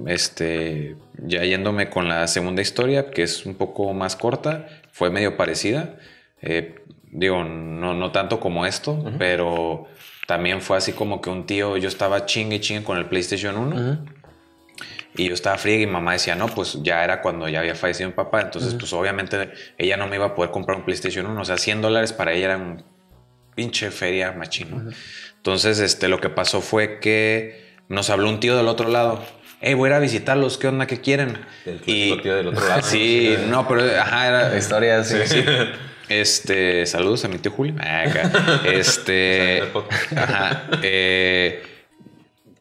[SPEAKER 1] este, ya yéndome con la segunda historia, que es un poco más corta, fue medio parecida, eh, digo, no, no tanto como esto, pero también fue así como que un tío, yo estaba chingue y chingue con el PlayStation 1.
[SPEAKER 3] Ujú.
[SPEAKER 1] Y yo estaba fría y mi mamá decía, no, pues ya era cuando ya había fallecido mi papá. Entonces, pues obviamente ella no me iba a poder comprar un PlayStation 1. O sea, 100 dólares para ella era un pinche feria machino. Entonces, este, lo que pasó fue que nos habló un tío del otro lado. Hey, voy a ir a visitarlos. ¿Qué onda? ¿Qué quieren?
[SPEAKER 2] El típico tío del otro lado,
[SPEAKER 1] [laughs]
[SPEAKER 2] ¿no?
[SPEAKER 1] Sí, no, pero ajá,
[SPEAKER 3] La [laughs]
[SPEAKER 1] era,
[SPEAKER 3] historia, sí. sí.
[SPEAKER 1] este, saludos a mi tío Julio. Ah,
[SPEAKER 2] [laughs]
[SPEAKER 1] acá. Este,
[SPEAKER 2] Saludos al podcast.
[SPEAKER 1] ajá, eh,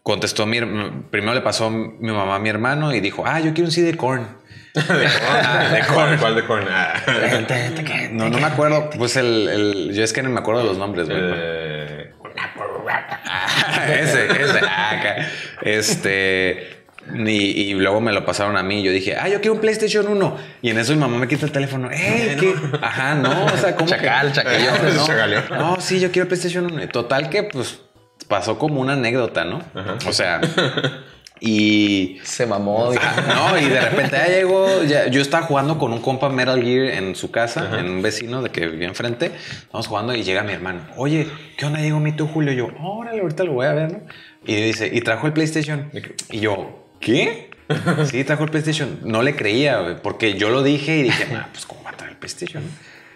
[SPEAKER 1] contestó mi, herm- primero le pasó mi mamá a mi hermano y dijo, ah, yo quiero un CD [laughs] de corn. Ah, de corn.
[SPEAKER 2] ¿Cuál, cuál de corn? Ah.
[SPEAKER 1] No, no me acuerdo. Pues el, el- yo es que no me acuerdo de los nombres. güey.
[SPEAKER 2] Eh,
[SPEAKER 1] Ah, [laughs] ese, ese. ah, acá. Este. Y, y luego me lo pasaron a mí. Yo dije, ah, yo quiero un PlayStation 1. Y en eso mi mamá me quita el teléfono. ¡Ey! ¿qué? Ajá, no. O sea, ¿cómo que-
[SPEAKER 3] Chacal, chaquillo.
[SPEAKER 1] no,
[SPEAKER 2] Chagaleó.
[SPEAKER 1] no, sí, yo quiero PlayStation 1. Total que, pues, pasó como una anécdota, ¿no? O sea, y...
[SPEAKER 3] [laughs] Se mamó. dijo.
[SPEAKER 1] Ah, no, y de repente ya llegó, ya- yo estaba jugando con un compa Metal Gear en su casa, en un vecino de que vivía enfrente. Estamos jugando y llega mi hermano. Oye, ¿qué onda? Llegó mi tío Julio. Y yo, órale, ahorita lo voy a ver, ¿no? Y dice, y trajo el PlayStation. Y yo, ¿qué? Sí, trajo el PlayStation. No le creía, güey, porque yo lo dije y dije, ah, pues cómo va a traer el PlayStation.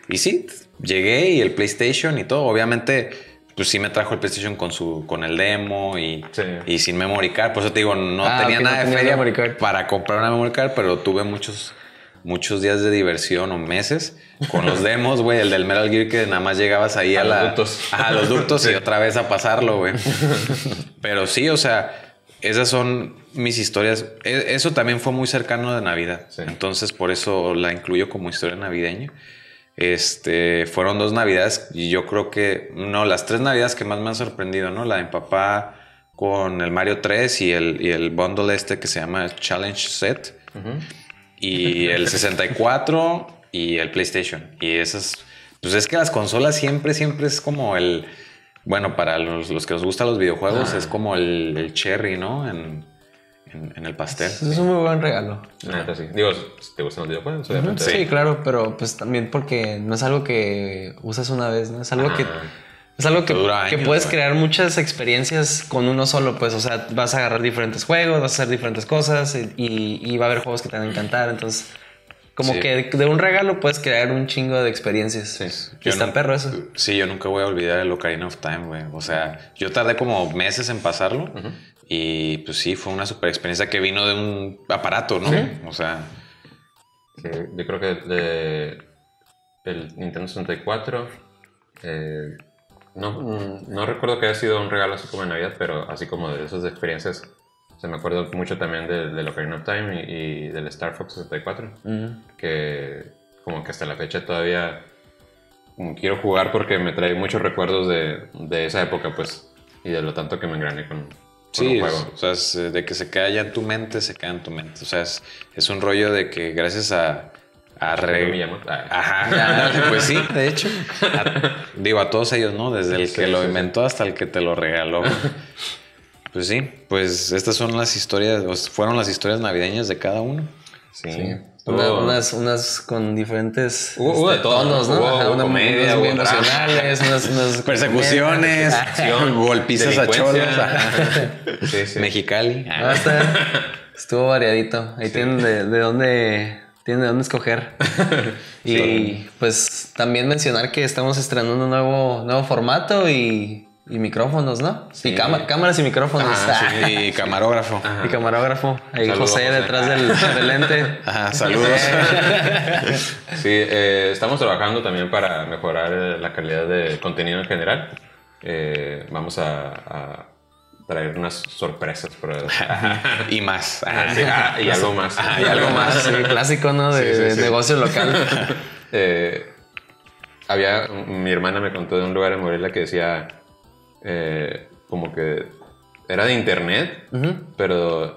[SPEAKER 1] Y sí, llegué y el PlayStation y todo. Obviamente, pues sí me trajo el PlayStation con su, con el demo y,
[SPEAKER 2] Sí.
[SPEAKER 1] y sin memory card. Por eso te digo, no
[SPEAKER 3] Ah,
[SPEAKER 1] tenía
[SPEAKER 3] ok, no
[SPEAKER 1] nada de
[SPEAKER 3] tenía memory
[SPEAKER 1] feria
[SPEAKER 3] card.
[SPEAKER 1] para comprar una memory card, pero tuve muchos, muchos días de diversión o meses con
[SPEAKER 3] [laughs]
[SPEAKER 1] los demos, güey. El del Metal Gear que nada más llegabas ahí a,
[SPEAKER 2] A los
[SPEAKER 1] la-
[SPEAKER 2] ductos.
[SPEAKER 1] ajá, a los ductos
[SPEAKER 3] [laughs]
[SPEAKER 1] y otra vez a pasarlo, güey. Pero sí, o sea, esas son mis historias. E- Eso también fue muy cercano de Navidad.
[SPEAKER 2] Sí.
[SPEAKER 1] Entonces, por eso la incluyo como historia navideña. Este, fueron dos navidades y yo creo que, no, las tres navidades que más me han sorprendido, ¿no? La de mi papá con el Mario 3 y el, y el bundle este que se llama Challenge Set
[SPEAKER 2] Ujú.
[SPEAKER 1] y el 64 y el PlayStation. Y esas, pues es que las consolas siempre, siempre es como el, bueno, para los, los que nos gustan los videojuegos
[SPEAKER 2] Ah.
[SPEAKER 1] es como el, el cherry, ¿no? En, en- en el pastel.
[SPEAKER 3] Eso es un muy buen regalo.
[SPEAKER 2] La neta, sí. Digo, si te gustan los videojuegos, obviamente.
[SPEAKER 3] Sí. claro, pero pues también porque no es algo que usas una vez, ¿no? Es algo que
[SPEAKER 2] Ah,
[SPEAKER 3] es algo que,
[SPEAKER 1] Te dura
[SPEAKER 3] que
[SPEAKER 1] años,
[SPEAKER 3] puedes
[SPEAKER 1] güey.
[SPEAKER 3] crear muchas experiencias con uno solo, pues, o sea, vas a agarrar diferentes juegos, vas a hacer diferentes cosas y, y- y va a haber juegos que te van a encantar, entonces como
[SPEAKER 1] Sí.
[SPEAKER 3] que de un regalo puedes crear un chingo de experiencias.
[SPEAKER 2] Sí.
[SPEAKER 3] Y
[SPEAKER 1] Yo
[SPEAKER 3] está
[SPEAKER 1] nunca-
[SPEAKER 3] perro eso.
[SPEAKER 1] Sí, yo nunca voy a olvidar el Ocarina of Time, güey. O sea, yo tardé como meses en pasarlo
[SPEAKER 2] Ujú.
[SPEAKER 1] y pues sí, fue una super experiencia que vino de un aparato, ¿no? O sea,
[SPEAKER 2] Sí, yo creo que de el Nintendo 64, eh, no, mm, no recuerdo que haya sido un regalo así como de Navidad, pero así como de esas experiencias, se me acuerdo mucho también del de Ocarina of Time y, y del Star Fox 64, que como que hasta la fecha todavía como quiero jugar porque me trae muchos recuerdos de, de esa época, pues, y de lo tanto que me engrané con, con
[SPEAKER 1] Sí,
[SPEAKER 2] el
[SPEAKER 1] es-
[SPEAKER 2] juego.
[SPEAKER 1] o sea, es, eh, de que se queda ya en tu mente, se queda en tu mente. O sea, es, es un rollo de que gracias a... a re-
[SPEAKER 2] Miyamoto. Ah.
[SPEAKER 1] [laughs] Ajá, ándale, pues sí, de [laughs] hecho. A- digo, a todos ellos, ¿no? Desde el
[SPEAKER 2] Sí,
[SPEAKER 1] que lo
[SPEAKER 2] sí, sí.
[SPEAKER 1] inventó hasta el que te lo [laughs] regaló. Pues sí, pues estas son las historias, o fueron las historias navideñas de cada uno.
[SPEAKER 2] Sí.
[SPEAKER 3] Una-
[SPEAKER 2] Hubo-
[SPEAKER 3] unas, unas con diferentes este,
[SPEAKER 2] Hubo- hubo de todo,
[SPEAKER 3] tonos,
[SPEAKER 2] ¿no?
[SPEAKER 3] ¿no?
[SPEAKER 2] Hubo-
[SPEAKER 3] Ajá,
[SPEAKER 2] hubo
[SPEAKER 3] una-
[SPEAKER 2] comedia,
[SPEAKER 3] unas
[SPEAKER 2] hubo
[SPEAKER 3] muy
[SPEAKER 2] drama.
[SPEAKER 3] emocionales, unas,
[SPEAKER 2] [laughs]
[SPEAKER 3] unas
[SPEAKER 1] [laughs] Persecuciones,
[SPEAKER 2] Acción,
[SPEAKER 1] golpizas a
[SPEAKER 2] delincuencia.
[SPEAKER 1] cholos, [laughs]
[SPEAKER 2] [laughs]
[SPEAKER 1] ajá. Ah,
[SPEAKER 2] Sí, sí.
[SPEAKER 1] Mexicali.
[SPEAKER 2] Ah.
[SPEAKER 3] No, está-
[SPEAKER 2] [laughs]
[SPEAKER 3] estuvo variadito. Ahí tienen de, de dónde tienen de dónde escoger.
[SPEAKER 2] [laughs]
[SPEAKER 3] y pues también mencionar que estamos estrenando un nuevo, nuevo formato y, y micrófonos, ¿no? Y cama- cámaras y micrófonos.
[SPEAKER 2] Ah,
[SPEAKER 3] Ah,
[SPEAKER 1] Y camarógrafo.
[SPEAKER 3] [laughs] Y camarógrafo. Ahí
[SPEAKER 2] Saludos,
[SPEAKER 3] José
[SPEAKER 2] José.
[SPEAKER 3] detrás
[SPEAKER 2] [laughs]
[SPEAKER 3] del, del lente.
[SPEAKER 1] Ajá, [laughs] saludos.
[SPEAKER 2] Sí, eh, estamos trabajando también para mejorar eh, la calidad de contenido en general. Eh, vamos a, a traer unas sorpresas por [laughs]
[SPEAKER 1] Y más.
[SPEAKER 2] Ah, sí, ah, y algo más.
[SPEAKER 1] y algo más.
[SPEAKER 3] Sí, clásico, ¿no? De,
[SPEAKER 2] Sí, sí,
[SPEAKER 3] de
[SPEAKER 2] sí.
[SPEAKER 3] negocio local.
[SPEAKER 2] [laughs] Eh, había, mi hermana me contó de un lugar en Morelia que decía eh, como que era de internet,
[SPEAKER 3] Ujú.
[SPEAKER 2] pero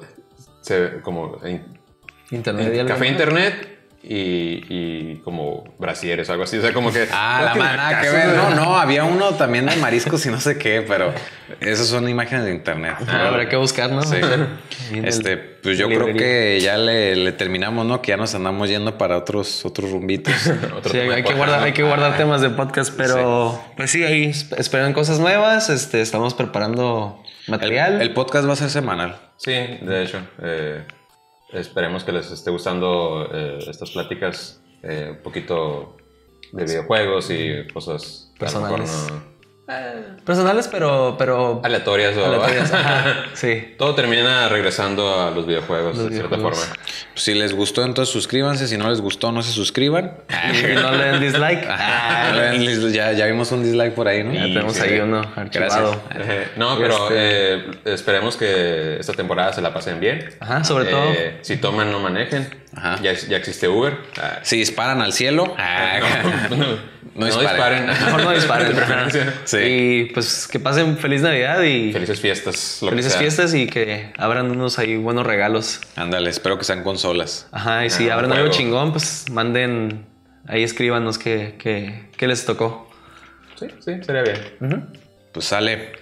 [SPEAKER 2] se, como en-
[SPEAKER 3] Internet y
[SPEAKER 2] En
[SPEAKER 3] algo.
[SPEAKER 2] Eh, café internet y, y como brasieres o algo así. O sea, como que.
[SPEAKER 1] Ah, la
[SPEAKER 2] ¿qué
[SPEAKER 1] mana, que
[SPEAKER 2] acaso,
[SPEAKER 1] ver. No,
[SPEAKER 2] güey?
[SPEAKER 1] no, había uno también de mariscos y no sé qué, pero esas son imágenes de internet.
[SPEAKER 3] Habrá que buscar, ¿no?
[SPEAKER 1] Sí.
[SPEAKER 3] [laughs] Ahí en el-
[SPEAKER 1] Este, pues yo creo
[SPEAKER 3] librería.
[SPEAKER 1] que ya le, le terminamos, ¿no? Que ya nos andamos yendo para otros, otros rumbitos.
[SPEAKER 2] Otro
[SPEAKER 3] Sí,
[SPEAKER 2] tema
[SPEAKER 3] hay
[SPEAKER 2] de
[SPEAKER 3] que, guardar,
[SPEAKER 2] podcast.
[SPEAKER 3] hay que guardar temas de podcast, pero pues sí, ahí esp- esperan cosas nuevas. Este, estamos preparando
[SPEAKER 1] El,
[SPEAKER 3] material.
[SPEAKER 1] el podcast va a ser semanal.
[SPEAKER 2] Sí, de hecho. eh, esperemos que les esté gustando eh, estas pláticas eh, un poquito de videojuegos y cosas a lo mejor
[SPEAKER 3] Pues, mm, Personales.
[SPEAKER 2] no-
[SPEAKER 3] Personales, pero. pero
[SPEAKER 2] aleatorias o [laughs]
[SPEAKER 3] aleatorias, ajá, sí.
[SPEAKER 2] Todo termina regresando a los videojuegos
[SPEAKER 3] Los
[SPEAKER 2] de cierta
[SPEAKER 3] videojuegos.
[SPEAKER 2] forma.
[SPEAKER 1] Pues, Si les gustó, entonces suscríbanse. Si no les gustó, no se suscriban.
[SPEAKER 3] [laughs] Y no le den dislike.
[SPEAKER 1] Ah, [laughs] ya, ya vimos un dislike por ahí, ¿no?
[SPEAKER 3] Ya
[SPEAKER 2] y
[SPEAKER 3] tenemos
[SPEAKER 2] sí.
[SPEAKER 3] ahí uno archivado.
[SPEAKER 2] Eh, no, pero
[SPEAKER 3] Este
[SPEAKER 2] eh, esperemos que esta temporada se la pasen bien.
[SPEAKER 3] Ajá, sobre todo.
[SPEAKER 2] Eh, si toman, no manejen.
[SPEAKER 1] Ajá.
[SPEAKER 2] Ya, ya existe Uber. Ah,
[SPEAKER 1] Si disparan al cielo.
[SPEAKER 2] [laughs] no, no,
[SPEAKER 1] No
[SPEAKER 2] no
[SPEAKER 1] disparen.
[SPEAKER 2] disparen.
[SPEAKER 3] Mejor no disparen.
[SPEAKER 2] De
[SPEAKER 3] [laughs]
[SPEAKER 2] preferencia.
[SPEAKER 3] ajá.
[SPEAKER 1] Sí.
[SPEAKER 3] Y pues que pasen feliz Navidad y
[SPEAKER 2] Felices fiestas. lo que
[SPEAKER 3] felices
[SPEAKER 2] sea.
[SPEAKER 3] fiestas y que abran unos ahí buenos regalos.
[SPEAKER 1] [laughs] Ándale, espero que sean consolas.
[SPEAKER 3] Ajá, y si
[SPEAKER 2] Ah,
[SPEAKER 3] abren
[SPEAKER 2] un
[SPEAKER 3] algo
[SPEAKER 2] juego.
[SPEAKER 3] chingón, pues manden, ahí escríbanos qué, qué, qué les tocó.
[SPEAKER 2] Sí, sí, sería bien.
[SPEAKER 1] Pues sale,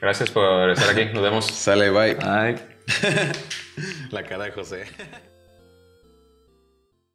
[SPEAKER 2] Gracias por estar aquí. Nos vemos.
[SPEAKER 1] sale, bye.
[SPEAKER 3] Ay.
[SPEAKER 1] La cara de José.